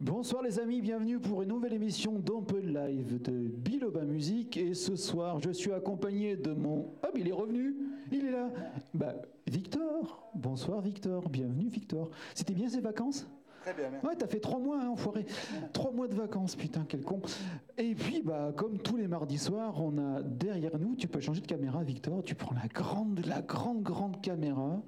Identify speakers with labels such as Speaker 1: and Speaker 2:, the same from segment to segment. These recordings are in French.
Speaker 1: Bonsoir les amis, bienvenue pour une nouvelle émission d'un peu live de Biloba Musique. Et ce soir, je suis accompagné de mon... Hop, il est revenu, il est là. Bah, Victor. Bonsoir Victor, bienvenue Victor. C'était bien ces vacances
Speaker 2: Très bien, merci.
Speaker 1: Ouais, t'as fait trois mois, hein, enfoiré. Trois mois de vacances, putain, quel con. Et puis, bah, comme tous les mardis soirs, on a derrière nous, tu peux changer de caméra, Victor. Tu prends la grande, la grande, grande caméra.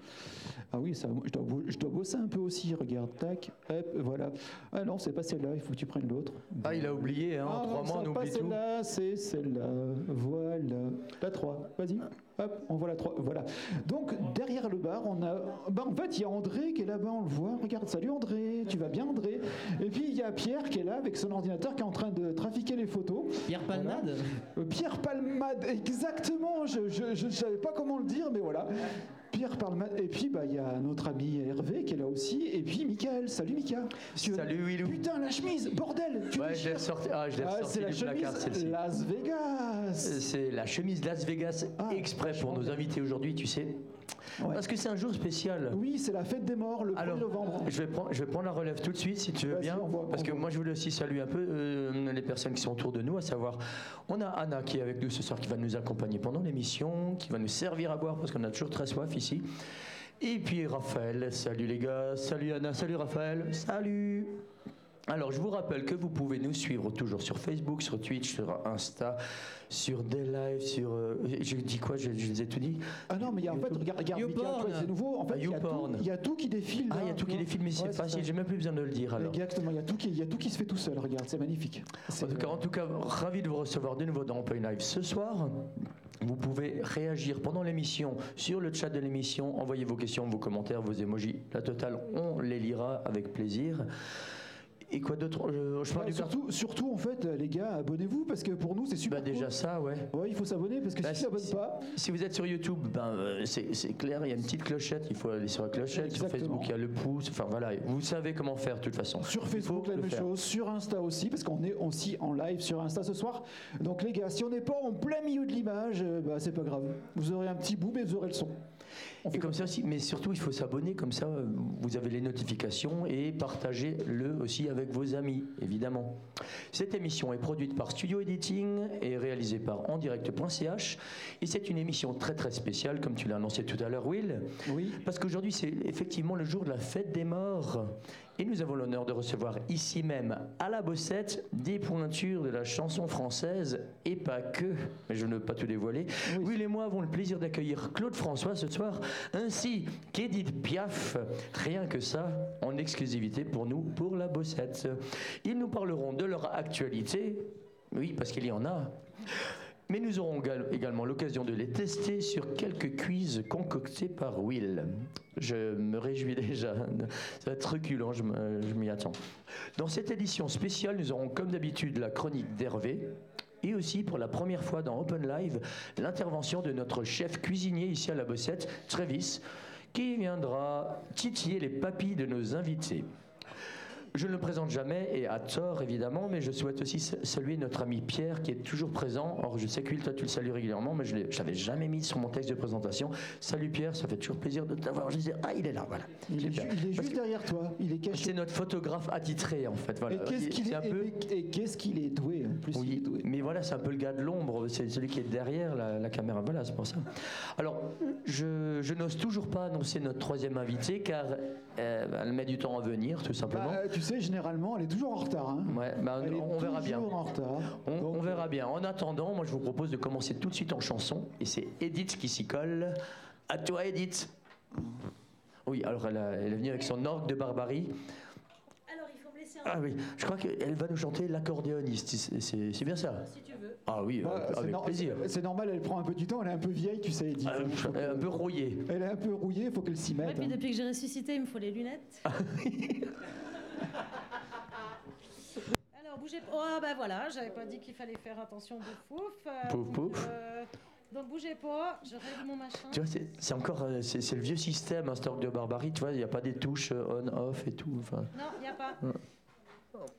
Speaker 1: Ah oui, ça, je dois, bo- je dois bosser un peu aussi. Regarde, tac, hop, voilà. Ah non, c'est pas celle-là, il faut que tu prennes l'autre.
Speaker 3: Ah, il a oublié, hein, en
Speaker 1: Ah
Speaker 3: trois
Speaker 1: non,
Speaker 3: mois, on
Speaker 1: ça, pas
Speaker 3: oublie tout.
Speaker 1: celle-là, c'est celle-là. Voilà. La 3. Vas-y. Hop, on voit la 3. Voilà. Donc, derrière le bar, on a. Bah, en fait, il y a André qui est là-bas, on le voit. Regarde, salut André, tu vas bien, André. Et puis, il y a Pierre qui est là avec son ordinateur qui est en train de trafiquer les photos.
Speaker 4: Pierre Palmade
Speaker 1: Euh, Pierre Palmade, exactement. Je je- je ne savais pas comment le dire, mais voilà. Pierre Palmade. Et puis, bah, il y a notre ami Hervé qui est là aussi. Et puis, Michael. Salut, Mika. Tu-
Speaker 3: Salut, Willou.
Speaker 1: Putain, la chemise, bordel. Tu
Speaker 3: Ouais, je l'ai
Speaker 1: déchires.
Speaker 3: sorti, ah, je l'ai
Speaker 1: Ah,
Speaker 3: ressorti
Speaker 1: c'est la
Speaker 3: du placard,
Speaker 1: chemise
Speaker 3: celle-ci.
Speaker 1: Las Vegas.
Speaker 3: C'est la chemise Las Vegas
Speaker 1: Ah,
Speaker 3: exprès pour nos invités aujourd'hui, tu sais.
Speaker 1: Ouais.
Speaker 3: Parce que c'est un jour spécial.
Speaker 1: Oui, c'est la fête des morts le 1er
Speaker 3: Alors,
Speaker 1: novembre.
Speaker 3: je vais, prendre, je vais prendre la relève tout de suite, si tu veux
Speaker 1: Vas-y,
Speaker 3: bien.
Speaker 1: on voit,
Speaker 3: parce
Speaker 1: on
Speaker 3: que
Speaker 1: voit.
Speaker 3: moi, je voulais aussi saluer un peu euh, les personnes qui sont autour de nous, à savoir, on a Anna qui est avec nous ce soir, qui va nous accompagner pendant l'émission, qui va nous servir à boire, parce qu'on a toujours très soif ici. Et puis Raphaël, salut les gars, salut Anna, salut Raphaël, salut alors, je vous rappelle que vous pouvez nous suivre toujours sur Facebook, sur Twitch, sur Insta, sur des lives, sur. euh, je dis quoi je, je les ai tout dit
Speaker 1: Ah non, mais il y a en fait,
Speaker 3: YouTube.
Speaker 1: regarde, regarde, Mika,
Speaker 4: YouPorn.
Speaker 1: tu vois, c'est nouveau. En fait,
Speaker 3: Ah,
Speaker 1: il y, a tout-
Speaker 3: YouPorn.
Speaker 1: il y a tout qui défile.
Speaker 3: Ah,
Speaker 1: là,
Speaker 3: il y a tout qui
Speaker 1: tu vois.
Speaker 3: défile, mais c'est
Speaker 1: Ouais,
Speaker 3: facile,
Speaker 1: ça.
Speaker 3: j'ai même plus besoin de le dire alors.
Speaker 1: Exactement, il y, a tout qui- il y a tout qui se fait tout seul, regarde, c'est magnifique.
Speaker 3: En tout, cas, en tout cas, ravi de vous recevoir de nouveau dans Open Live ce soir. Vous pouvez réagir pendant l'émission sur le chat de l'émission, envoyer vos questions, vos commentaires, vos émojis. La totale, on les lira avec plaisir. Et quoi d'autre Euh, Je parle
Speaker 1: Ouais,
Speaker 3: du carton.
Speaker 1: Bah, surtout, surtout, en fait, les gars, abonnez-vous parce que pour nous, c'est super.
Speaker 3: Bah déjà
Speaker 1: cool.
Speaker 3: ça, ouais.
Speaker 1: Ouais, il faut s'abonner parce que
Speaker 3: Bah,
Speaker 1: si tu t'abonnes
Speaker 3: si-
Speaker 1: pas,
Speaker 3: Si vous êtes sur YouTube, ben, euh, c'est c'est clair, il y a une petite clochette, il faut aller sur la clochette. Sur
Speaker 1: Exactement.
Speaker 3: Facebook, il y a le pouce. Enfin voilà, vous savez comment faire de toute façon.
Speaker 1: sur
Speaker 3: Il
Speaker 1: Facebook
Speaker 3: faut
Speaker 1: la
Speaker 3: le
Speaker 1: même
Speaker 3: faire.
Speaker 1: chose, sur Insta aussi, parce qu'on est aussi en live sur Insta ce soir. Donc les gars, si on n'est pas en plein milieu de l'image, euh, bah c'est pas grave. Vous aurez un petit bout, mais vous aurez le son. On
Speaker 3: Et comme ça aussi, mais surtout il faut s'abonner, comme ça euh, vous avez les notifications et partagez le aussi avec vos amis, évidemment. Cette émission est produite par Studio Editing et réalisée par endirect.ch et c'est une émission très très spéciale, comme tu l'as annoncé tout à l'heure, Will.
Speaker 1: Oui.
Speaker 3: Parce qu'aujourd'hui, c'est effectivement le jour de la fête des morts. Et nous avons l'honneur de recevoir ici même, à la Bossette, des pointures de la chanson française, et pas que, mais je ne veux pas tout dévoiler.
Speaker 1: Oui.
Speaker 3: Will et moi avons le plaisir d'accueillir Claude François ce soir, ainsi qu'Edith Piaf. Rien que ça, en exclusivité pour nous, pour la Bossette. Ils nous parleront de leur actualité, oui, parce qu'il y en a, mais nous aurons gal- également l'occasion de les tester sur quelques quiz concoctés par Will. Je me réjouis déjà. Ça va être reculant, je me- je m'y attends. Dans cette édition spéciale, nous aurons comme d'habitude la chronique d'Hervé. Et aussi, pour la première fois dans Open Live, l'intervention de notre chef cuisinier ici à la Bossette, Travis, qui viendra titiller les papilles de nos invités. Je ne le présente jamais, et à tort évidemment, mais je souhaite aussi sa- saluer notre ami Pierre qui est toujours présent. Or, je sais que Will, toi, tu le salues régulièrement, mais je ne l'avais jamais mis sur mon texte de présentation. Salut Pierre, ça fait toujours plaisir de t'avoir. Je disais, ah, il est là, voilà.
Speaker 1: Il est,
Speaker 3: Super.
Speaker 1: ju- il est
Speaker 3: Parce
Speaker 1: juste
Speaker 3: que
Speaker 1: derrière toi, il est
Speaker 3: C'est
Speaker 1: caché.
Speaker 3: notre photographe attitré, en fait. Voilà.
Speaker 1: et qu'est-ce qu'il
Speaker 3: C'est
Speaker 1: est,
Speaker 3: un peu-
Speaker 1: et- et qu'est-ce qu'il est doué En plus, il est
Speaker 3: oui,
Speaker 1: doué.
Speaker 3: mais voilà, c'est un peu le gars de l'ombre, c'est celui qui est derrière la, la caméra. Voilà, c'est pour ça. Alors, je, je n'ose toujours pas annoncer notre troisième invitée car euh, elle met du temps à venir, tout simplement.
Speaker 1: Bah, tu sais, généralement, elle est toujours en retard. hein.
Speaker 3: Ouais, bah,
Speaker 1: Elle est
Speaker 3: on, on verra bien.
Speaker 1: toujours en retard.
Speaker 3: On,
Speaker 1: Donc, euh,
Speaker 3: on verra bien. En attendant, moi je vous propose de commencer tout de suite en chanson et c'est Edith qui s'y colle. À toi, Edith. Oui, alors elle, a- elle est venue avec son orgue de barbarie.
Speaker 5: Alors, il faut me laisser un
Speaker 3: Ah oui, je crois qu'elle va nous chanter l'accordéoniste. C'est- C'est c'est bien ça
Speaker 5: si tu veux.
Speaker 3: Ah oui,
Speaker 1: bah,
Speaker 3: euh,
Speaker 1: c'est
Speaker 3: avec
Speaker 1: nor-
Speaker 3: plaisir.
Speaker 1: c'est- C'est normal, elle prend un peu du temps, elle est un peu vieille, tu sais, Edith.
Speaker 3: Ah,
Speaker 1: hein, faut
Speaker 3: Un
Speaker 1: que-
Speaker 3: peu rouillée.
Speaker 1: Elle est un peu rouillée, il faut qu'elle s'y
Speaker 5: Ouais,
Speaker 1: mette.
Speaker 5: puis
Speaker 1: hein.
Speaker 5: depuis que j'ai ressuscité, il me faut les lunettes.
Speaker 3: Ah
Speaker 5: Alors, bougez pas. Oh, bah voilà, j'avais pas dit qu'il fallait faire attention de fouf. euh,
Speaker 3: Pouf,
Speaker 5: donc,
Speaker 3: pouf.
Speaker 5: euh, donc, bougez pas, je règle mon machin.
Speaker 3: Tu vois, c'est c'est encore euh, c'est c'est le vieux système, un stock de barbarie. Tu vois, il n'y a pas des touches euh, on, off et tout. Enfin,
Speaker 5: Non, il a pas.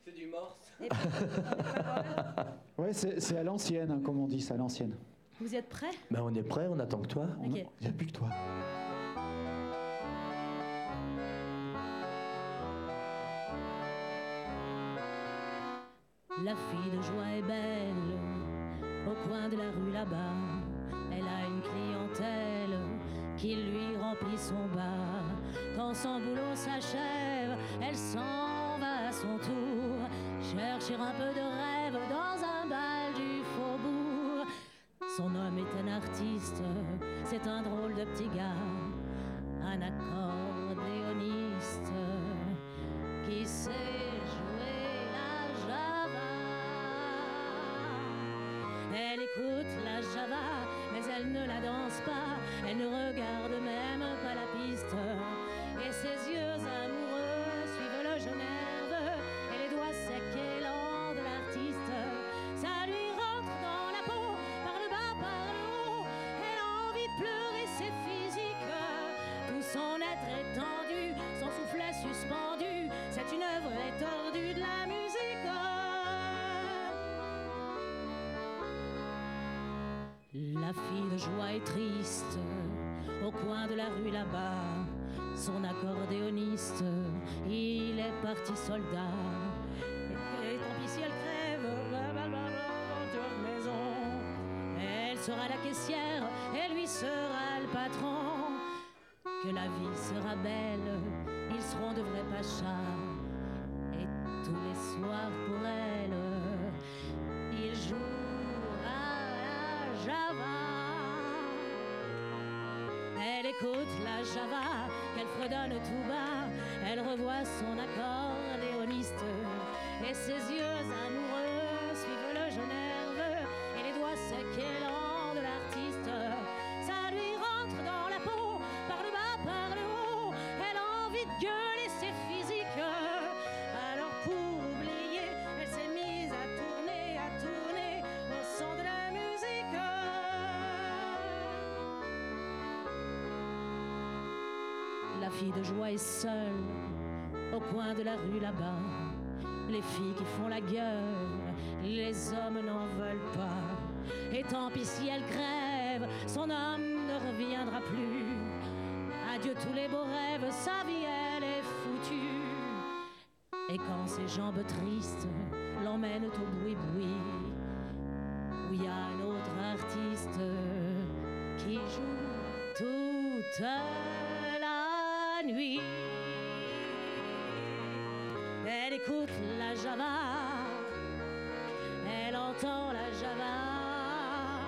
Speaker 6: C'est du morse.
Speaker 5: Et puis, dans les paroles,
Speaker 1: Ouais, c'est c'est à l'ancienne, hein, comme on dit, c'est à l'ancienne.
Speaker 5: vous y êtes prêts
Speaker 3: ben, on est prêt, on attend que toi.
Speaker 1: On-
Speaker 5: Ok.
Speaker 1: Il n'y a plus que toi.
Speaker 5: Edith, La fille de joie est belle, au coin de la rue là-bas. Elle a une clientèle qui lui remplit son bar. Quand son boulot s'achève, elle s'en va à son tour, chercher un peu de rêve dans un bal du faubourg. Son homme est un artiste, c'est un drôle de petit gars, un accordéoniste qui sait jouer la java. Elle écoute la java, mais elle ne la danse pas, elle ne regarde même pas la piste. Et ses yeux amoureux suivent le jeune nerveux et les doigts secs et lents de l'artiste. Ça lui rentre dans la peau, par le bas, par le haut. Elle a envie de pleurer, c'est physique. Tout son être est tendu, son souffle est suspendu. C'est une œuvre étendue de la musique. La fille de joie est triste au coin de la rue là-bas. Son accordéoniste, il est parti soldat. Et tant pis si elle crève, blablabla, de maison. Elle sera la caissière et lui sera le patron. Que la vie sera belle, ils seront de vrais pachas. Et tous les soirs pour elle, il joue à la Java. Elle écoute la Java qu'elle fredonne tout bas. Elle revoit son accordéoniste et ses yeux amoureux suivent le jeu nerveux et les doigts secs et lents de l'artiste. Ça lui rentre dans la peau, par le bas, par le haut. Elle a envie de gueuler, c'est physique. Alors pour oublier, elle s'est mise à tourner, à tourner au son de la musique. La fille de joie est seule au coin de la rue là-bas. Les filles qui font la gueule, les hommes n'en veulent pas. Et tant pis si elle crève, son homme ne reviendra plus. Adieu tous les beaux rêves, sa vie elle est foutue. Et quand ses jambes tristes l'emmènent au boui-boui, où il y a un autre artiste qui joue toute la nuit. Elle écoute la java, elle entend la java,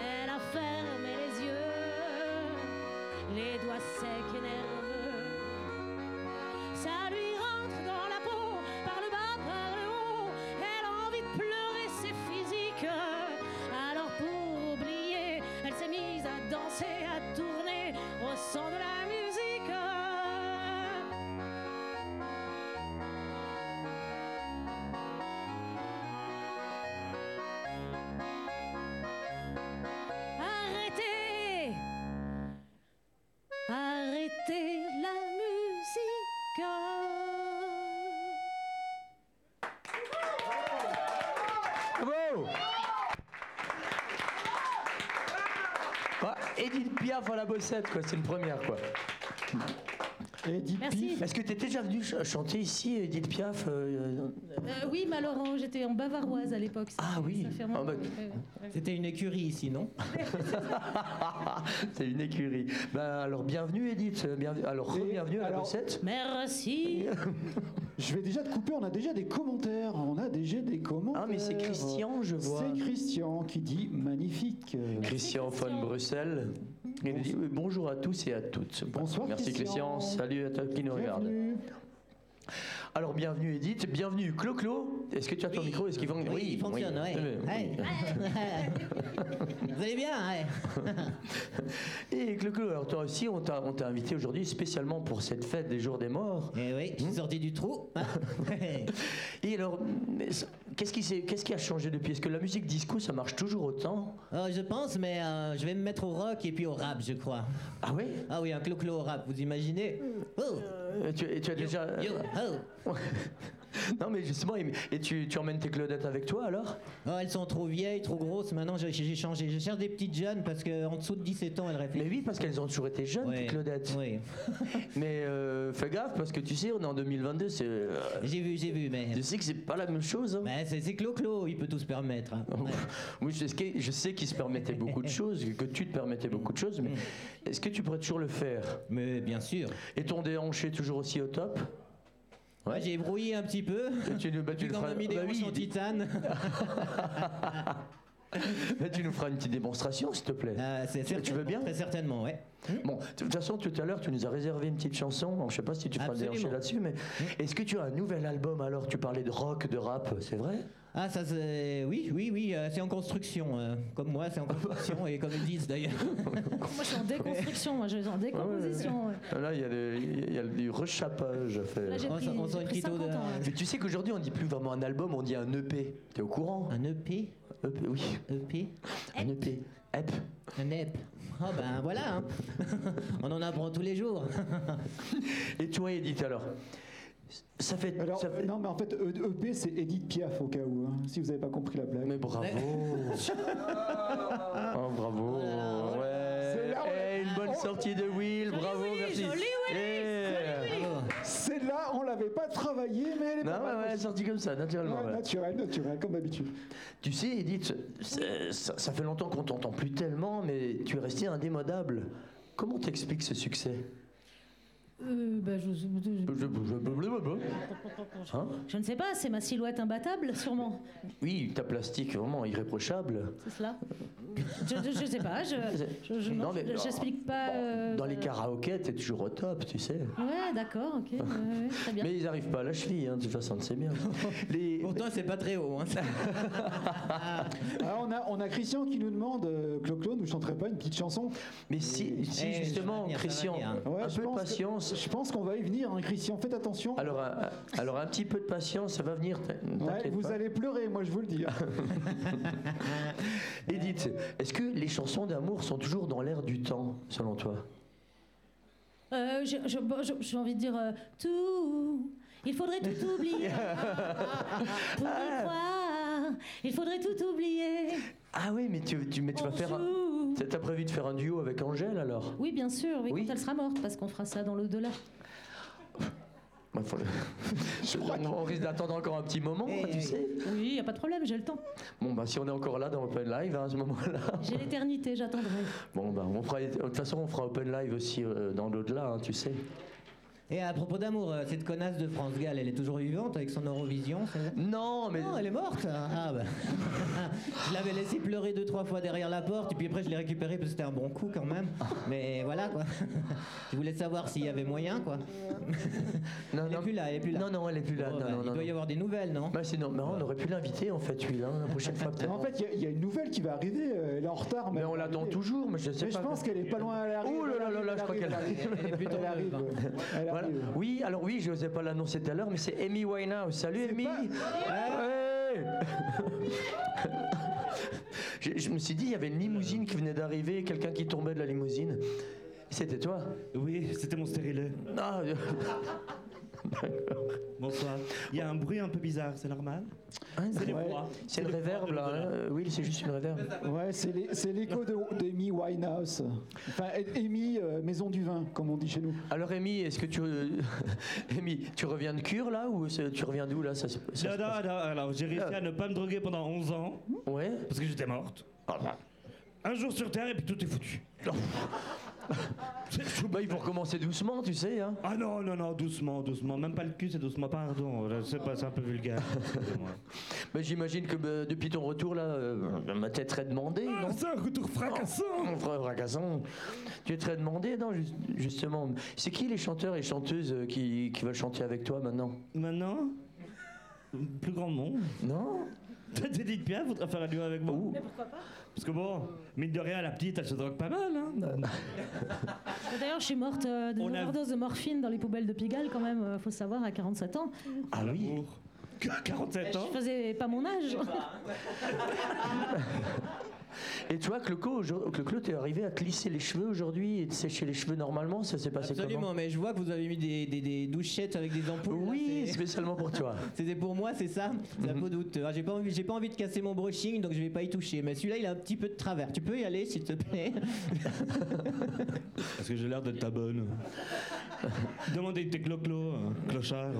Speaker 5: elle a fermé les yeux, les doigts secs et nerveux. Ça lui rentre dans la peau, par le bas, par le haut. Elle a envie de pleurer, c'est physique. Alors pour oublier, elle s'est mise à danser, à tourner au son de la musique. Arrêtez Arrêtez la musique
Speaker 3: Bravo Bah, Edith Piaf à la bossette, quoi, c'est une première, quoi.
Speaker 1: Edith
Speaker 5: Merci.
Speaker 1: Piaf.
Speaker 3: Est-ce que t'es déjà venu ch- chanter ici, Edith Piaf euh, euh,
Speaker 7: Euh, oui, malheureusement, j'étais en bavaroise à l'époque. ça-
Speaker 3: Ah oui.
Speaker 7: ça fait
Speaker 3: Ah
Speaker 7: longtemps.
Speaker 3: bah-
Speaker 7: Ouais, ouais.
Speaker 4: C'était une écurie ici, non
Speaker 3: C'est une écurie. Bah, alors, bienvenue, Edith. Bienvenue, alors,
Speaker 1: Et
Speaker 3: bienvenue à la
Speaker 1: alors-
Speaker 3: bossette.
Speaker 5: Merci
Speaker 1: Je vais déjà te couper, on a déjà des commentaires. On a déjà des commentaires.
Speaker 3: Ah, mais c'est Christian, je vois.
Speaker 1: C'est Christian qui dit magnifique.
Speaker 3: Euh, Christian von Bruxelles. Il dit euh, bonjour à tous et à toutes.
Speaker 1: Bonsoir,
Speaker 3: Merci
Speaker 1: Christian.
Speaker 3: Christian. Salut à toi qui nous regarde.
Speaker 1: Bienvenue.
Speaker 3: Alors bienvenue Edith, bienvenue Clo-Clo. Est-ce que tu as ton
Speaker 4: Oui.
Speaker 3: micro Est-ce qu'il fon-
Speaker 4: Oui, il fonctionne, ouais.
Speaker 3: Euh,
Speaker 4: Ouais. Vous allez bien ouais.
Speaker 3: Et Clo-Clo, alors toi aussi, on t'a on t'a invité aujourd'hui spécialement pour cette fête des jours des morts. Hmm?
Speaker 4: Eh oui, je suis sorti du trou. hein.
Speaker 3: Et alors, mais ça- qu'est-ce qui, s'est- qu'est-ce qui a changé depuis Est-ce que la musique disco, ça marche toujours autant
Speaker 4: Oh, je pense, mais euh, je vais me mettre au rock et puis au rap, je crois.
Speaker 3: Ah oui
Speaker 4: Ah oui, un clo-clo au rap, vous imaginez Oh,
Speaker 3: Euh, tu, et tu as déjà...
Speaker 4: yo, oh.
Speaker 3: Non, mais justement, et, et tu, tu emmènes tes Claudettes avec toi alors
Speaker 4: Oh, elles sont trop vieilles, trop grosses. Maintenant, j'ai- j'ai changé. Je cherche des petites jeunes parce qu'en dessous de 17 ans, elles
Speaker 3: Mais
Speaker 4: réfléchissent.
Speaker 3: oui, parce qu'elles ont toujours été jeunes,
Speaker 4: Ouais.
Speaker 3: tes Claudettes.
Speaker 4: Oui.
Speaker 3: Mais euh, fais gaffe, parce que tu sais, on est en 2022, c'est. euh,
Speaker 4: J'ai vu, j'ai vu, mais.
Speaker 3: tu sais que c'est pas la même chose. hein.
Speaker 4: Mais c'est c'est Clo-Clo, il peut tout se permettre. hein.
Speaker 3: Oh. Oui, je sais, que- je sais qu'il se permettait beaucoup de choses, que tu te permettais beaucoup de choses, mais est-ce que tu pourrais toujours le faire
Speaker 4: Mm. Mais bien sûr.
Speaker 3: Et ton déhanché toujours aussi au top
Speaker 4: Moi, J'ai brouillé un petit peu.
Speaker 3: tu, le- bah, tu
Speaker 4: Puis
Speaker 3: le
Speaker 4: quand on
Speaker 3: feras-
Speaker 4: a mis des
Speaker 3: bah oui,
Speaker 4: hanches en titane.
Speaker 3: bah, tu nous feras une petite démonstration, s'il te plaît.
Speaker 4: Ah, c'est
Speaker 3: Tu- tu veux
Speaker 4: certainement,
Speaker 3: bien Hmm
Speaker 4: Très certainement, ouais.
Speaker 3: Bon, de toute façon, tout à l'heure, tu nous as réservé une petite chanson. Alors, je sais pas si tu feras le
Speaker 4: Absolument. Hmm
Speaker 3: déhanché là-dessus, mais est-ce que tu as un nouvel album alors Tu parlais de rock, de rap, c'est vrai
Speaker 4: Ah, ça, c'est. Oui, oui, oui, euh, c'est en construction. euh, Comme moi, c'est en construction et comme ils disent d'ailleurs.
Speaker 5: Moi, je suis en déconstruction, moi, je suis en décomposition. ouais.
Speaker 3: Euh, Là, il y a des- il y, a du rechapage à
Speaker 5: Là,
Speaker 3: faire.
Speaker 5: j'ai
Speaker 4: On
Speaker 5: pris,
Speaker 4: sent- on
Speaker 5: j'ai
Speaker 4: sent une
Speaker 5: pris
Speaker 4: petite
Speaker 5: 50 ans.
Speaker 4: odeur.
Speaker 5: là.
Speaker 3: Mais tu sais qu'aujourd'hui, on dit plus vraiment un album, on dit un EP. T'es au courant
Speaker 4: Un E EP
Speaker 3: EP, E oui.
Speaker 4: EP
Speaker 3: Un E EP. EP.
Speaker 4: E Un EP Oh ben voilà hein. On en apprend tous les jours.
Speaker 3: Et toi, Edith, alors Ça fait.
Speaker 1: Alors,
Speaker 3: ça fait-
Speaker 1: non, mais en fait, E- EP, c'est Edith Piaf au cas où, hein, si vous n'avez pas compris la blague.
Speaker 3: Mais bravo Oh, bravo
Speaker 1: C'est
Speaker 3: Ouais
Speaker 1: là, ouais.
Speaker 3: Eh, Une bonne sortie de Will, bravo,
Speaker 5: Will,
Speaker 3: merci
Speaker 5: joli Will,
Speaker 3: Eh.
Speaker 4: Bravo.
Speaker 1: Celle-là, on l'avait pas travaillée, mais elle est
Speaker 3: Non,
Speaker 1: pas mal.
Speaker 3: ouais, ouais, sortie comme ça, naturellement.
Speaker 1: Ouais,
Speaker 3: voilà.
Speaker 1: naturelle, naturelle, Ah, comme d'habitude.
Speaker 3: Tu sais, Edith, c'est- ça, ça fait longtemps qu'on t'entend plus tellement, mais tu es restée indémodable. Comment t'expliques ce succès
Speaker 5: Euh, bah, je- je-
Speaker 3: Hein
Speaker 5: Je ne sais pas, c'est ma silhouette imbattable, sûrement.
Speaker 3: Oui, ta plastique vraiment irréprochable.
Speaker 5: C'est cela Je ne sais pas, je je- je
Speaker 3: Non,
Speaker 5: m'en-
Speaker 3: mais-
Speaker 5: j'explique pas. euh,
Speaker 3: Dans les
Speaker 5: euh,
Speaker 3: karaokés, t'es toujours au top, tu sais.
Speaker 5: Ouais, d'accord, ok. ouais, ouais, très bien.
Speaker 3: Mais ils arrivent pas à la cheville, hein, de toute façon, c'est bien. Les-
Speaker 4: Pourtant c'est pas très haut. hein.
Speaker 1: Alors, Ah, on a, on a Christian qui nous demande euh, Clo-Clo, nous chanterait pas une petite chanson
Speaker 3: Mais si, si,
Speaker 4: Eh, ça va
Speaker 3: justement,
Speaker 4: venir, ça va
Speaker 3: Christian,
Speaker 4: venir.
Speaker 1: Ouais,
Speaker 3: un
Speaker 1: je
Speaker 3: peu de
Speaker 1: pense que-
Speaker 3: patience.
Speaker 1: Je pense qu'on va y venir, hein, Christian, faites attention.
Speaker 3: Alors, euh, un, alors un petit peu de patience, ça va venir. t'in-
Speaker 1: Ouais,
Speaker 3: t'inquiète
Speaker 1: vous
Speaker 3: pas.
Speaker 1: allez pleurer, moi je vous le dis. hein.
Speaker 3: Edith, est-ce que les chansons d'amour sont toujours dans l'air du temps, selon toi
Speaker 5: Euh, je- je- bon, je- J'ai envie de dire euh, tout. Il faudrait tout oublier. pour y croire, il faudrait tout oublier.
Speaker 3: Ah oui, mais tu, tu- mais tu vas
Speaker 5: On
Speaker 3: faire. un-
Speaker 5: joue.
Speaker 3: T'as prévu de faire un duo avec Angèle alors
Speaker 5: Oui, bien sûr, oui,
Speaker 3: Oui.
Speaker 5: quand elle sera morte, parce qu'on fera ça dans l'au-delà.
Speaker 3: Bah, faut- on, on risque d'attendre encore un petit moment, hein,
Speaker 4: Eh,
Speaker 3: Ah, tu
Speaker 4: eh.
Speaker 3: sais.
Speaker 5: Oui, il n'y a pas de problème, j'ai le temps.
Speaker 3: Bon, bah si on est encore là dans Open Live hein, à ce moment-là.
Speaker 5: J'ai l'éternité, j'attendrai.
Speaker 3: Bon, bah on fera. De toute façon, on fera Open Live aussi euh, dans l'au-delà, hein, tu sais.
Speaker 4: Et à propos d'amour, euh, cette connasse de France Gall, elle est toujours vivante avec son Eurovision. c'est vrai
Speaker 3: Non, mais.
Speaker 4: Non, elle est morte. hein. Ah bah. je l'avais laissé pleurer deux trois fois derrière la porte et puis après je l'ai récupérée parce que c'était un bon coup quand même. Mais voilà quoi. je voulais savoir s'il y avait moyen quoi.
Speaker 3: non,
Speaker 4: Elle est
Speaker 3: non.
Speaker 4: plus là, elle est plus là.
Speaker 3: Non, non, elle est plus là.
Speaker 4: Bon,
Speaker 3: non,
Speaker 4: bah,
Speaker 3: non,
Speaker 4: il
Speaker 3: non,
Speaker 4: doit y
Speaker 3: non.
Speaker 4: avoir des nouvelles, non
Speaker 3: Bah, c'est non, mais on aurait pu l'inviter en fait, lui, hein, la prochaine fois peut-être.
Speaker 1: en fait, il y a- il y, a une nouvelle qui va arriver, euh, elle est en retard.
Speaker 3: mais
Speaker 1: elle
Speaker 3: on
Speaker 1: va
Speaker 3: l'attend
Speaker 1: arriver.
Speaker 3: toujours, mais je sais
Speaker 1: Mais je
Speaker 3: pas.
Speaker 1: pense qu'elle est pas loin à l'arrivée.
Speaker 3: Oh là là là là, je crois qu'elle
Speaker 1: arrive.
Speaker 4: Elle est
Speaker 1: Elle
Speaker 4: plutôt
Speaker 1: arrive.
Speaker 4: neuve, hein.
Speaker 1: Elle
Speaker 3: Voilà.
Speaker 1: arrive.
Speaker 3: Oui, alors oui, je n'osais pas l'annoncer tout à l'heure, mais c'est Amy Winehouse. Salut Amy Ouais. je, je me suis dit, il y avait une limousine qui venait d'arriver, quelqu'un qui tombait de la limousine. C'était toi
Speaker 8: Oui, c'était mon stérilet.
Speaker 3: Ah, euh,
Speaker 8: Bonsoir. Il y a un bruit un peu bizarre, c'est normal
Speaker 3: hein,
Speaker 8: C'est les
Speaker 1: Ouais.
Speaker 8: voix.
Speaker 3: c'est une réverbe là. hein. Euh, Oui, c'est juste une réverbe.
Speaker 1: Ouais, c'est les- c'est l'écho de- d'Amy Winehouse. Enfin, Amy, euh, maison du vin, comme on dit chez nous.
Speaker 3: Alors Amy, est-ce que tu Amy, tu reviens de cure là ou c'est- tu reviens d'où là ça, se- ça se Ah.
Speaker 8: Non, non, non, alors j'ai réussi à ne pas me droguer pendant 11 ans
Speaker 3: passe- Ouais.
Speaker 8: parce que j'étais morte. Un jour sur Terre et puis tout est foutu.
Speaker 3: Bah, il faut recommencer doucement, tu sais. Hein.
Speaker 8: Ah non, non, non, doucement, doucement. Même pas le cul, c'est doucement. Pardon, je sais pas, c'est un peu vulgaire. Excusez-moi.
Speaker 3: Mais j'imagine que bah, depuis ton retour là, euh, ma tête serait demandée, non
Speaker 8: Ah, c'est un retour fracassant
Speaker 3: Mon frère fracassant. Tu es très demandé, non, ju- justement. C'est qui les chanteurs et chanteuses euh, qui, qui veulent chanter avec toi maintenant
Speaker 8: Maintenant, plus grand monde.
Speaker 3: Non
Speaker 8: T'as dit de bien, faudra faire un duo avec moi.
Speaker 3: Ouh.
Speaker 8: Parce que bon, mine de rien, la petite, elle se drogue pas mal. Hein.
Speaker 5: D'ailleurs, je suis morte euh, d'une
Speaker 8: On a-
Speaker 5: overdose de morphine dans les poubelles de Pigalle, quand même, euh, faut savoir, à 47 ans.
Speaker 8: Ah oui 47 ans hein.
Speaker 5: Je faisais pas mon âge.
Speaker 3: Et tu vois, Cloco, aujourd- que Clo, t'es arrivé à te lisser les cheveux aujourd'hui et te sécher les cheveux normalement, ça s'est passé
Speaker 9: Absolument, mais je vois que vous avez mis des, des- des douchettes avec des ampoules.
Speaker 3: comment
Speaker 9: là,
Speaker 3: Oui,
Speaker 9: c'est-
Speaker 3: spécialement pour toi. Mhm.
Speaker 9: C'était pour moi, c'est ça C'est un peu douteux. Ah, J'ai pas, envie- j'ai pas envie de casser mon brushing, donc je vais pas y toucher. Mais celui-là, il a un petit peu de travers. Tu peux y aller, s'il te plaît
Speaker 8: Parce que j'ai l'air d'être ta bonne. Demandez tes cloclo, clochard.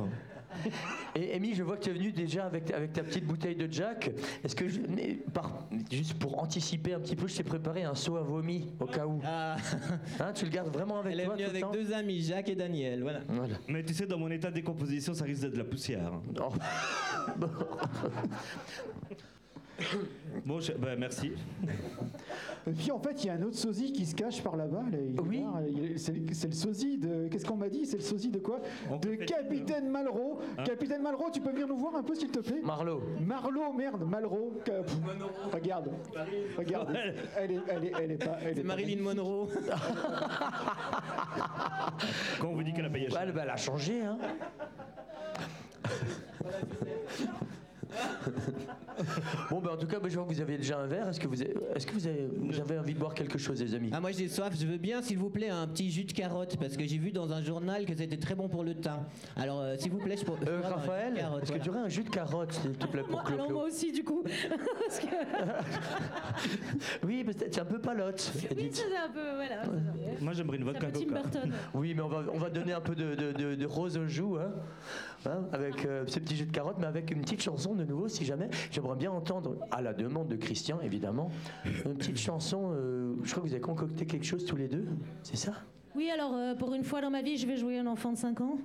Speaker 3: Et Amy, je vois que tu es venu déjà avec, avec ta petite bouteille de Jack. Est-ce que, je- mais par- juste pour anticiper un petit peu, je t'ai préparé un seau à vomi au cas où.
Speaker 9: Ah,
Speaker 3: Hein, tu le gardes vraiment avec
Speaker 9: Elle est
Speaker 3: toi
Speaker 9: venue
Speaker 3: tout le
Speaker 9: avec
Speaker 3: temps
Speaker 9: deux amis, Jacques et Daniel. Voilà.
Speaker 3: Voilà.
Speaker 8: Mais tu sais, dans mon état de décomposition, ça risque d'être de la poussière.
Speaker 3: Oh.
Speaker 8: Bon, je- bah, merci.
Speaker 1: Et puis en fait, il y a un autre sosie qui se cache par là-bas. là, il est
Speaker 3: Oui.
Speaker 1: là, il est- C'est le c'est le sosie de. Qu'est-ce qu'on m'a dit C'est le sosie de quoi
Speaker 8: On
Speaker 1: De
Speaker 8: peut faire- Hein?
Speaker 1: Capitaine Malraux. Capitaine Malraux, tu peux venir nous voir un peu, s'il te plaît
Speaker 3: Marlowe.
Speaker 1: Marlowe, merde, Malraux. que- pff, Regarde, regarde. Elle est, elle est, elle est pas. Elle est
Speaker 9: C'est
Speaker 1: pas
Speaker 9: Marilyn Monroe.
Speaker 8: Quand on vous dit qu'elle a payé
Speaker 3: Bah,
Speaker 8: cher.
Speaker 3: elle, bah, elle a changé, hein. bon, bah, en tout cas, bah, je vois que vous avez déjà un verre. Est-ce que, vous avez, est-ce que vous, avez, vous avez envie de boire quelque chose, les amis
Speaker 9: Ah, moi j'ai soif, je veux bien s'il vous plaît un petit jus de carotte parce que j'ai vu dans un journal que c'était très bon pour le teint. Alors euh, s'il vous plaît, je peux. je
Speaker 3: Euh,
Speaker 9: voudrais avoir un jus de
Speaker 3: Raphaël,
Speaker 9: carotte,
Speaker 3: est-ce que tu
Speaker 9: voilà.
Speaker 3: aurais un jus de carotte, s'il te plaît, pour
Speaker 7: Moi- alors moi
Speaker 3: Clo-Clo
Speaker 7: aussi du coup. Parce que,
Speaker 3: Oui, parce que t'es un peu palote,
Speaker 7: oui,
Speaker 3: Edith.
Speaker 7: c'est un peu, voilà. c'est ça.
Speaker 8: Moi, j'aimerais une
Speaker 7: C'est un
Speaker 8: vodka
Speaker 7: peu Tim
Speaker 8: coca.
Speaker 7: Burton.
Speaker 3: Oui, mais on va, on va donner un peu de, de- de- de rose aux joues, hein, Hein, avec euh, ce petit jus de carotte, mais avec une petite chanson de nouveau, si jamais. J'aimerais bien entendre, à la demande de Christian, évidemment, une petite chanson. euh, je crois que vous avez concocté quelque chose tous les deux, c'est ça
Speaker 7: Oui, alors euh, pour une fois dans ma vie, je vais jouer un enfant de 5 ans.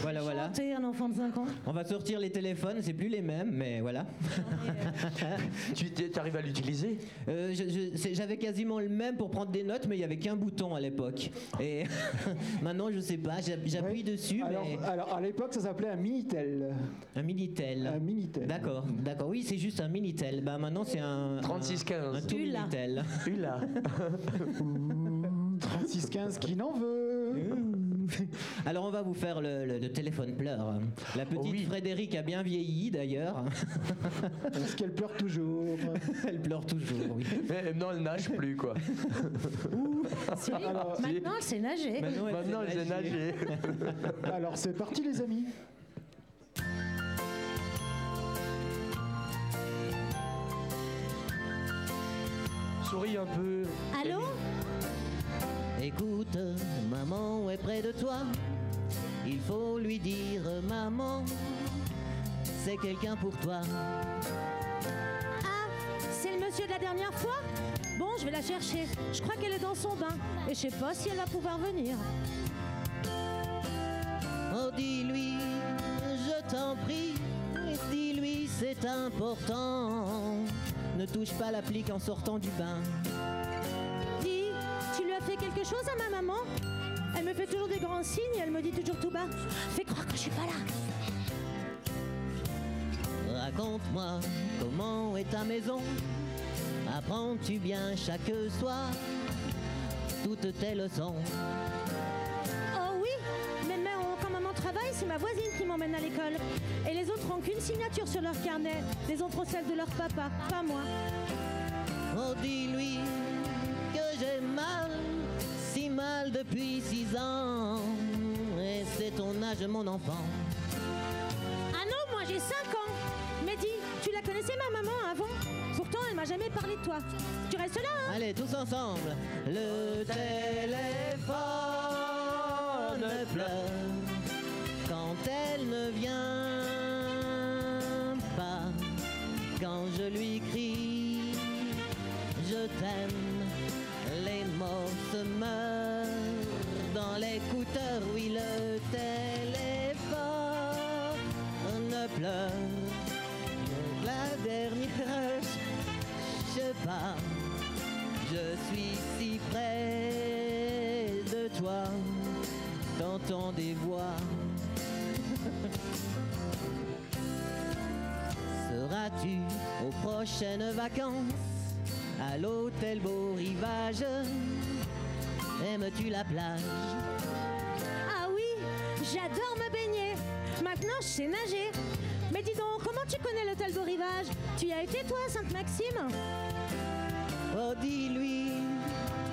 Speaker 9: Voilà, voilà.
Speaker 7: Chanter un enfant de 5 ans.
Speaker 9: On va sortir les téléphones, c'est plus les mêmes, mais voilà.
Speaker 3: Tu arrives à l'utiliser
Speaker 9: Euh, je- je- c'est- J'avais quasiment le même pour prendre des notes, mais il y avait qu'un bouton à l'époque. Et maintenant je sais pas, j'ap- j'appuie
Speaker 1: Ouais.
Speaker 9: dessus,
Speaker 1: Alors,
Speaker 9: mais
Speaker 1: alors, à l'époque, ça s'appelait un Minitel.
Speaker 9: un minitel.
Speaker 1: Un Minitel.
Speaker 9: D'accord, d'accord. Oui, c'est juste un minitel. Bah maintenant c'est un
Speaker 3: 36-15.
Speaker 9: Un, un tout
Speaker 7: Hula.
Speaker 9: minitel.
Speaker 3: Hula.
Speaker 1: 3615 Mmh, qui n'en veut.
Speaker 9: Alors on va vous faire le, le- le téléphone pleure. La petite
Speaker 3: Oh oui.
Speaker 9: Frédéric a bien vieilli d'ailleurs.
Speaker 1: Parce qu'elle pleure toujours.
Speaker 9: Elle pleure toujours. Oui.
Speaker 3: Mais non, elle nage plus, quoi.
Speaker 7: Si,
Speaker 1: Alors,
Speaker 7: maintenant, c'est nager.
Speaker 3: Maintenant, elle sait nager.
Speaker 1: Alors c'est parti les amis.
Speaker 3: Souris un peu.
Speaker 7: Allô
Speaker 9: Écoute, maman est près de toi. Il faut lui dire, maman, c'est quelqu'un pour toi.
Speaker 7: Ah, c'est le monsieur de la dernière fois Bon, je vais la chercher. Je crois qu'elle est dans son bain. Et je sais pas si elle va pouvoir venir.
Speaker 9: Oh, dis-lui, je t'en prie. Dis-lui, c'est important. Ne touche pas l'applique en sortant du bain.
Speaker 7: Dis, tu lui as fait quelque chose à ma maman Elle me fait toujours des grands signes et elle me dit toujours tout bas Fais croire que je suis pas là.
Speaker 9: Raconte-moi comment est ta maison. Apprends-tu bien chaque soir toutes tes leçons
Speaker 7: Oh oui mais ma- quand maman travaille, c'est ma voisine qui m'emmène à l'école. Et les autres ont qu'une signature sur leur carnet. Les autres ont celle de leur papa, pas moi.
Speaker 9: Oh, dis-lui que j'ai mal, si mal depuis six ans. Et c'est ton âge, mon enfant.
Speaker 7: Ah non, moi j'ai 5 ans. Mais dis, tu la connaissais ma maman avant Pourtant, elle m'a jamais parlé de toi. Tu restes là, hein
Speaker 9: Allez, tous ensemble. Le téléphone pleure quand elle ne vient pas. Quand je lui crie, je t'aime, les mots se meurent dans l'écouteur. Oui, le téléphone pleure. La dernière, je sais pas, je suis si près de toi, t'entends des voix. Seras-tu aux prochaines vacances à l'hôtel Beau Rivage Aimes-tu la plage
Speaker 7: Ah oui, j'adore me baigner. Maintenant, je sais nager. Mais dis donc, comment tu connais l'hôtel Beau Rivage Tu y as été, toi, Sainte-Maxime
Speaker 9: Oh, dis-lui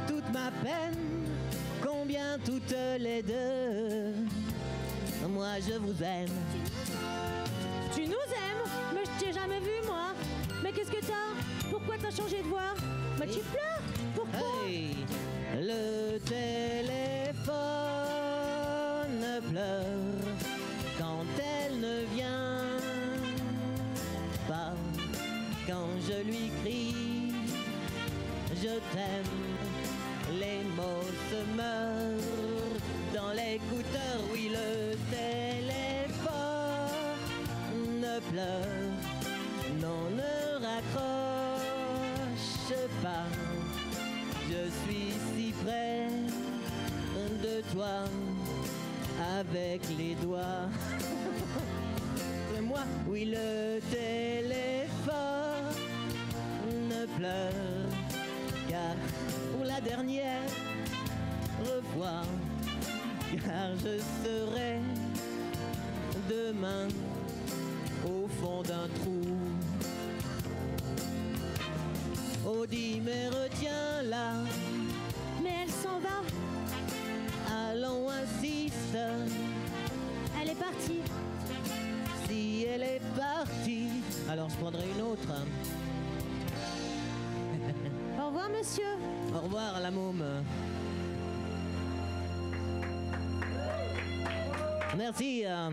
Speaker 9: toute ma peine, combien toutes les deux. Moi, je vous aime.
Speaker 5: Tu nous aimes Mais je t'ai jamais vu, moi. Mais qu'est-ce que t'as Pourquoi t'as changé de voix Bah, tu pleures Pourquoi
Speaker 9: Hey Le téléphone pleure quand elle ne vient pas. Quand je lui crie, je t'aime, les mots se meurent dans l'écouteur. Oui, le téléphone pleure. Non, ne raccroche pas. Je suis si près de toi avec les doigts. Et Moi, oui, le téléphone pleure car pour la dernière revois car je serai demain au fond d'un trou. Oh dis mais retiens-la,
Speaker 5: Mais elle s'en va,
Speaker 9: allons insiste,
Speaker 5: elle est partie.
Speaker 9: si elle est partie, alors je prendrai une autre. hein.
Speaker 5: Au revoir, monsieur.
Speaker 9: Au revoir la môme. Merci. euh.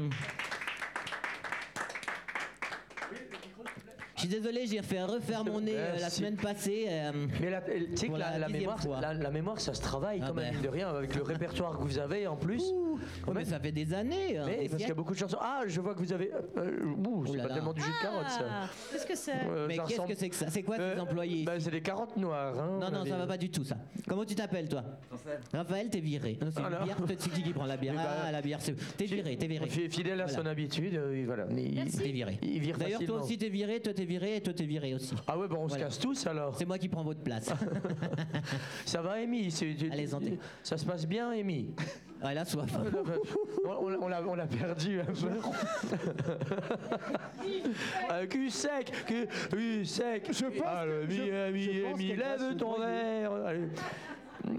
Speaker 9: Je suis désolé, j'ai fait refaire mon nez euh, la
Speaker 3: Merci.
Speaker 9: semaine passée. euh.
Speaker 3: Mais la- tu sais
Speaker 9: Pour
Speaker 3: que la-
Speaker 9: la
Speaker 3: Ah, la,
Speaker 9: dixième
Speaker 3: mémoire,
Speaker 9: fois.
Speaker 3: la, la mémoire, ça se travaille
Speaker 9: Ah
Speaker 3: quand même,
Speaker 9: ben.
Speaker 3: mine de rien, avec le répertoire que vous avez en plus.
Speaker 9: Ouh, Oh,
Speaker 3: Quand
Speaker 9: mais
Speaker 3: même.
Speaker 9: ça fait des années. hein,
Speaker 3: Mais
Speaker 9: des
Speaker 3: parce qu'il y a
Speaker 9: siècles.
Speaker 3: beaucoup de chansons. Ah, je vois que vous avez. euh, euh, ouh,
Speaker 9: Ouh
Speaker 3: c'est
Speaker 9: là
Speaker 3: pas
Speaker 9: là.
Speaker 3: tellement du jus de carotte, ça.
Speaker 5: Ah, Qu'est-ce que c'est
Speaker 3: Euh,
Speaker 9: Mais
Speaker 3: ça
Speaker 9: qu'est-ce
Speaker 3: ressemble-
Speaker 9: que c'est que ça C'est quoi ces
Speaker 3: Euh,
Speaker 9: employés
Speaker 3: ben, c'est des carottes noires. hein,
Speaker 9: Non,
Speaker 3: on
Speaker 9: non,
Speaker 3: avait-
Speaker 9: ça va pas du tout, ça. Comment tu t'appelles, toi Raphaël, t'es viré. Non, c'est une
Speaker 3: Alors
Speaker 9: bière. Peut-être c'est qui qui prend la bière.
Speaker 3: Mais bah,
Speaker 9: Ah, la bière, c'est. T'es viré, t'es viré.
Speaker 3: Fi- Fidèle à
Speaker 9: Voilà.
Speaker 3: son habitude, euh, voilà. Mais il-
Speaker 9: T'es viré.
Speaker 3: il vire
Speaker 9: D'ailleurs, toi
Speaker 3: facilement.
Speaker 9: aussi, t'es viré, toi, t'es viré, et toi, t'es viré aussi.
Speaker 3: Ah ouais, bon, on
Speaker 9: Voilà.
Speaker 3: se casse tous alors.
Speaker 9: C'est moi qui prends votre place.
Speaker 3: Ça va, Amy c'est- tu-
Speaker 9: Allez, santé.
Speaker 3: Ça se passe bien, Amy
Speaker 9: Ah, elle a soif.
Speaker 3: on, on l'a- on l'a- on l'a perdu un peu. Un Euh, cul sec, cul, cul sec. Ah,
Speaker 1: Je pense
Speaker 3: Allez,
Speaker 1: que- je-
Speaker 3: mi, ami,
Speaker 1: je pense
Speaker 3: ami,
Speaker 1: qu'elle va
Speaker 3: lève
Speaker 1: se
Speaker 3: ton
Speaker 1: noyer.
Speaker 3: verre. Allez.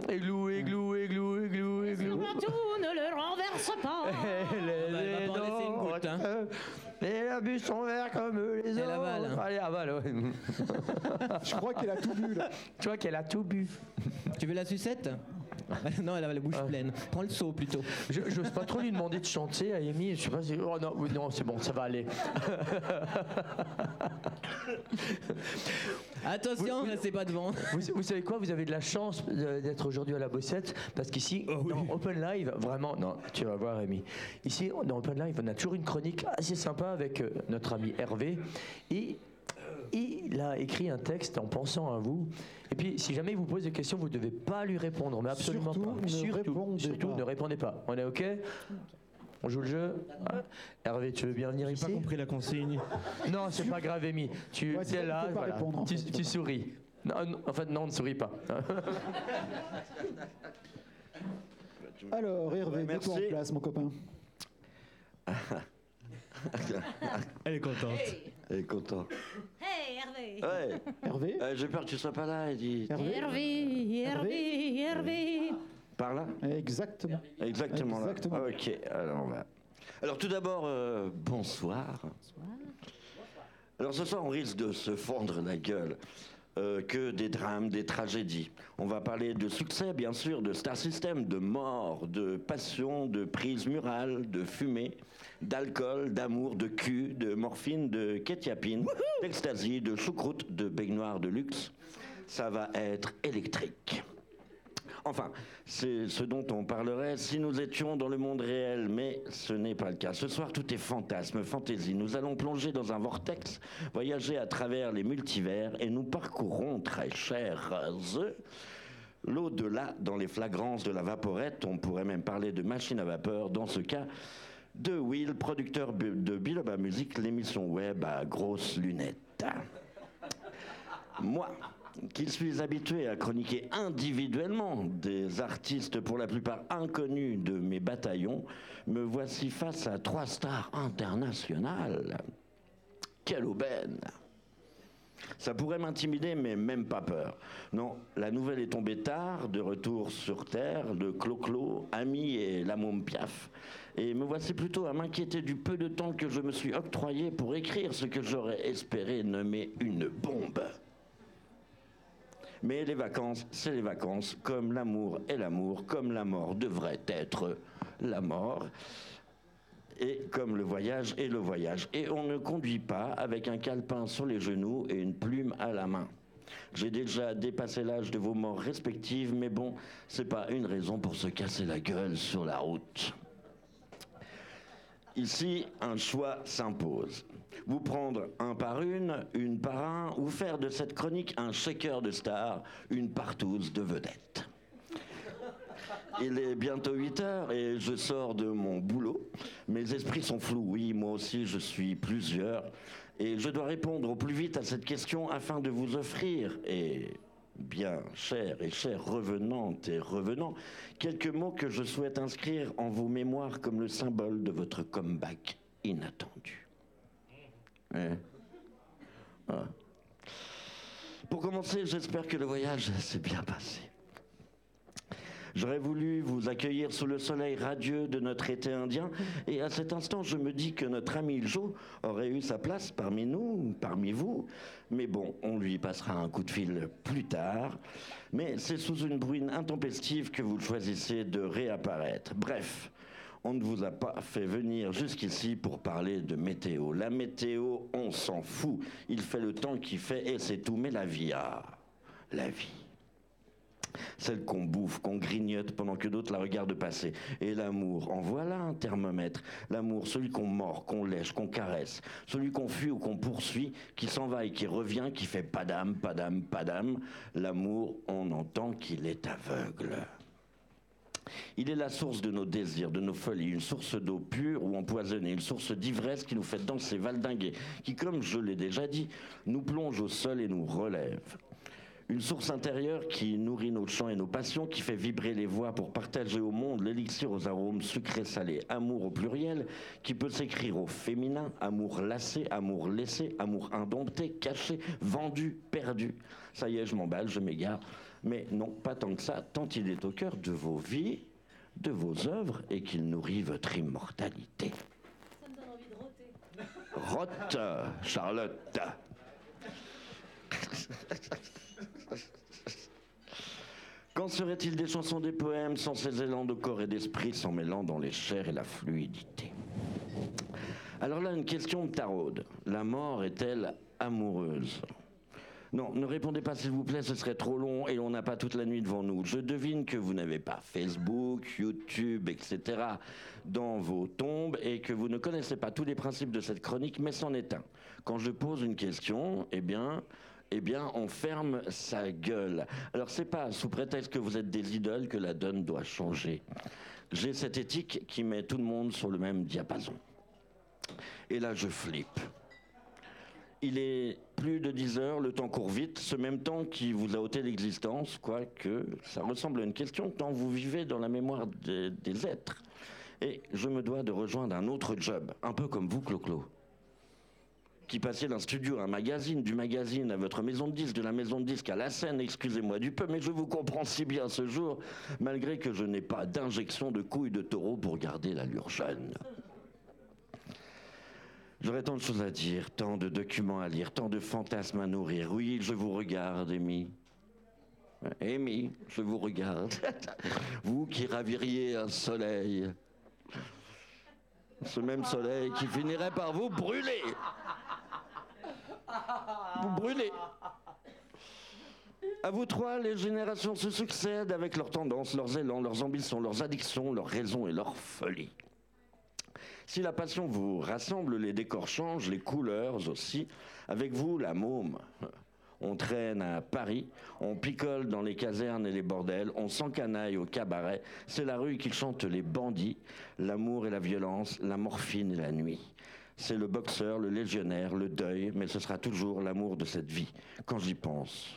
Speaker 3: Églou, églou, églou, églou, églou.
Speaker 5: Surtout, ne le renverse pas.
Speaker 1: Ah,
Speaker 3: Elle
Speaker 9: bah, elle va
Speaker 3: est
Speaker 9: pas en laisser une goutte, hein.
Speaker 3: dents. Elle a bu son verre comme les
Speaker 9: Elle
Speaker 3: autres.
Speaker 9: avale, hein.
Speaker 3: Allez, avale. ouais.
Speaker 1: Je crois qu'elle a tout bu là.
Speaker 3: Tu vois qu'elle a tout bu.
Speaker 9: tu veux la sucette Non, elle a la bouche pleine. Prends le seau plutôt.
Speaker 3: Ah. Je n'ose pas trop lui demander de chanter à Amy. Je sais pas si. Oh non, oui, non c'est bon, ça va aller.
Speaker 9: Attention, restez pas devant.
Speaker 3: Vous, vous savez quoi Vous avez de la chance de- d'être aujourd'hui à la Bossette parce qu'ici,
Speaker 9: Ah
Speaker 3: dans Open Live, vraiment, non, tu vas voir, Rémi. Ici, on- dans Open Live, on a toujours une chronique assez sympa avec euh, notre ami Hervé. Et il a écrit un texte en pensant à vous. Et puis, si jamais il vous pose des questions, vous ne devez pas lui répondre, mais absolument
Speaker 1: Surtout,
Speaker 3: pas.
Speaker 1: ne répondez
Speaker 3: surtout
Speaker 1: pas.
Speaker 3: ne répondez pas. On est OK on joue le jeu. Ouais. Hervé, tu veux bien venir
Speaker 10: J'ai pas
Speaker 3: ici
Speaker 10: compris la consigne.
Speaker 3: Non, c'est pas grave, Amy. Tu
Speaker 1: Ouais,
Speaker 3: es
Speaker 1: c'est ça,
Speaker 3: là,
Speaker 1: faut pas
Speaker 3: voilà.
Speaker 1: répondre, en
Speaker 3: tu,
Speaker 1: fait,
Speaker 3: tu
Speaker 1: faut pas.
Speaker 3: souris. Non, non, en fait, non, ne souris pas.
Speaker 1: Alors, Hervé, mets-toi en
Speaker 11: merci.
Speaker 1: place, mon copain.
Speaker 10: Elle est contente.
Speaker 11: Elle est contente.
Speaker 5: Hey, Hervé.
Speaker 11: Ouais,
Speaker 1: Hervé
Speaker 11: euh, j'ai peur que tu sois pas là, elle dit.
Speaker 1: Hervé
Speaker 5: Hervé, Hervé, Hervé.
Speaker 11: Par là
Speaker 1: Exactement.
Speaker 11: Exactement,
Speaker 1: Exactement.
Speaker 11: là. Ok, alors on va. Alors tout d'abord, euh, bonsoir. Alors ce soir, on risque de se fendre la gueule. euh, que des drames, des tragédies. On va parler de succès, bien sûr, de star system, de mort, de passion, de prise murale, de fumée, d'alcool, d'amour, de cul, de morphine, de kétiapine, d'ecstasy, de choucroute, de baignoire de luxe. Ça va être électrique. Enfin, c'est ce dont on parlerait si nous étions dans le monde réel, mais ce n'est pas le cas. Ce soir, tout est fantasme, fantaisie. Nous allons plonger dans un vortex, voyager à travers les multivers et nous parcourrons, très chers eux, l'au-delà dans les flagrances de la vaporette. On pourrait même parler de machine à vapeur. Dans ce cas, de Will, producteur bu- de Biloba Music, l'émission web à grosses lunettes. Moi, qui suis habitué à chroniquer individuellement des artistes pour la plupart inconnus de mes bataillons, me voici face à trois stars internationales. Quelle aubaine Ça pourrait m'intimider, mais même pas peur. Non, la nouvelle est tombée tard, de retour sur Terre, de Clo-Clo, Ami et la môme Piaf. Et me voici plutôt à m'inquiéter du peu de temps que je me suis octroyé pour écrire ce que j'aurais espéré nommer une bombe. Mais les vacances, c'est les vacances, comme l'amour est l'amour, comme la mort devrait être la mort et comme le voyage est le voyage. Et on ne conduit pas avec un calepin sur les genoux et une plume à la main. J'ai déjà dépassé l'âge de vos morts respectives, mais bon, c'est pas une raison pour se casser la gueule sur la route. Ici, un choix s'impose. Vous prendre un par une, une par un, ou faire de cette chronique un shaker de stars, une partouze de vedettes. Il est bientôt 8 heures et je sors de mon boulot. Mes esprits sont flous, oui, moi aussi je suis plusieurs. Et je dois répondre au plus vite à cette question afin de vous offrir, et bien cher et chère revenante et revenant, quelques mots que je souhaite inscrire en vos mémoires comme le symbole de votre comeback inattendu. Eh. Ouais. Ouais. Pour commencer, j'espère que le voyage s'est bien passé. J'aurais voulu vous accueillir sous le soleil radieux de notre été indien, et à cet instant, je me dis que notre ami Joe aurait eu sa place parmi nous, parmi vous. Mais bon, on lui passera un coup de fil plus tard. Mais c'est sous une bruine intempestive que vous choisissez de réapparaître. Bref. On ne vous a pas fait venir jusqu'ici pour parler de météo. La météo, on s'en fout. Il fait le temps qu'il fait et c'est tout. Mais la vie, ah, la vie celle qu'on bouffe, qu'on grignote pendant que d'autres la regardent passer. Et l'amour, en voilà un thermomètre. L'amour, celui qu'on mord, qu'on lèche, qu'on caresse, celui qu'on fuit ou qu'on poursuit, qui s'en va et qui revient, qui fait pas d'âme, pas d'âme, pas d'âme. L'amour, on entend qu'il est aveugle. Il est la source de nos désirs, de nos folies, une source d'eau pure ou empoisonnée, une source d'ivresse qui nous fait danser, valdinguer, qui, comme je l'ai déjà dit, nous plonge au sol et nous relève. Une source intérieure qui nourrit nos chants et nos passions, qui fait vibrer les voix pour partager au monde l'élixir aux arômes sucrés-salés. Amour au pluriel, qui peut s'écrire au féminin, amour lassé, amour laissé, amour indompté, caché, vendu, perdu. Ça y est, je m'emballe, je m'égare. Mais non, pas tant que ça, tant il est au cœur de vos vies, de vos œuvres, et qu'il nourrit votre immortalité.
Speaker 5: Ça me donne envie de
Speaker 11: Rotte,
Speaker 5: roter.
Speaker 11: Charlotte. Qu'en serait-il des chansons, des poèmes sans ces élans de corps et d'esprit, sans mêlant dans les chairs et la fluidité Alors là, une question me taraude. La mort est-elle amoureuse non, ne répondez pas s'il vous plaît, ce serait trop long et on n'a pas toute la nuit devant nous. Je devine que vous n'avez pas Facebook, YouTube, etc. dans vos tombes et que vous ne connaissez pas tous les principes de cette chronique, mais c'en est un. Quand je pose une question, eh bien, eh bien, on ferme sa gueule. Alors, c'est pas sous prétexte que vous êtes des idoles que la donne doit changer. J'ai cette éthique qui met tout le monde sur le même diapason. Et là, je flippe. Il est plus de 10 heures, le temps court vite, ce même temps qui vous a ôté l'existence, quoique ça ressemble à une question, tant vous vivez dans la mémoire des, des êtres. Et je me dois de rejoindre un autre job, un peu comme vous, Clo-Clo qui passait d'un studio à un magazine, du magazine à votre maison de disque, de la maison de disque à la scène, excusez-moi du peu, mais je vous comprends si bien ce jour, malgré que je n'ai pas d'injection de couilles de taureau pour garder l'allure jeune. J'aurais tant de choses à dire, tant de documents à lire, tant de fantasmes à nourrir. Oui, je vous regarde, Amy. Euh, Amy, je vous regarde. vous qui raviriez un soleil. Ce même soleil qui finirait par vous brûler. Vous brûlez. À vous trois, les générations se succèdent avec leurs tendances, leurs élans, leurs ambitions, leurs addictions, leurs raisons et leurs folies. Si la passion vous rassemble, les décors changent, les couleurs aussi. Avec vous, la môme. On traîne à Paris, on picole dans les casernes et les bordels, on s'encanaille au cabaret. C'est la rue qui chante les bandits, l'amour et la violence, la morphine et la nuit. C'est le boxeur, le légionnaire, le deuil, mais ce sera toujours l'amour de cette vie, quand j'y pense.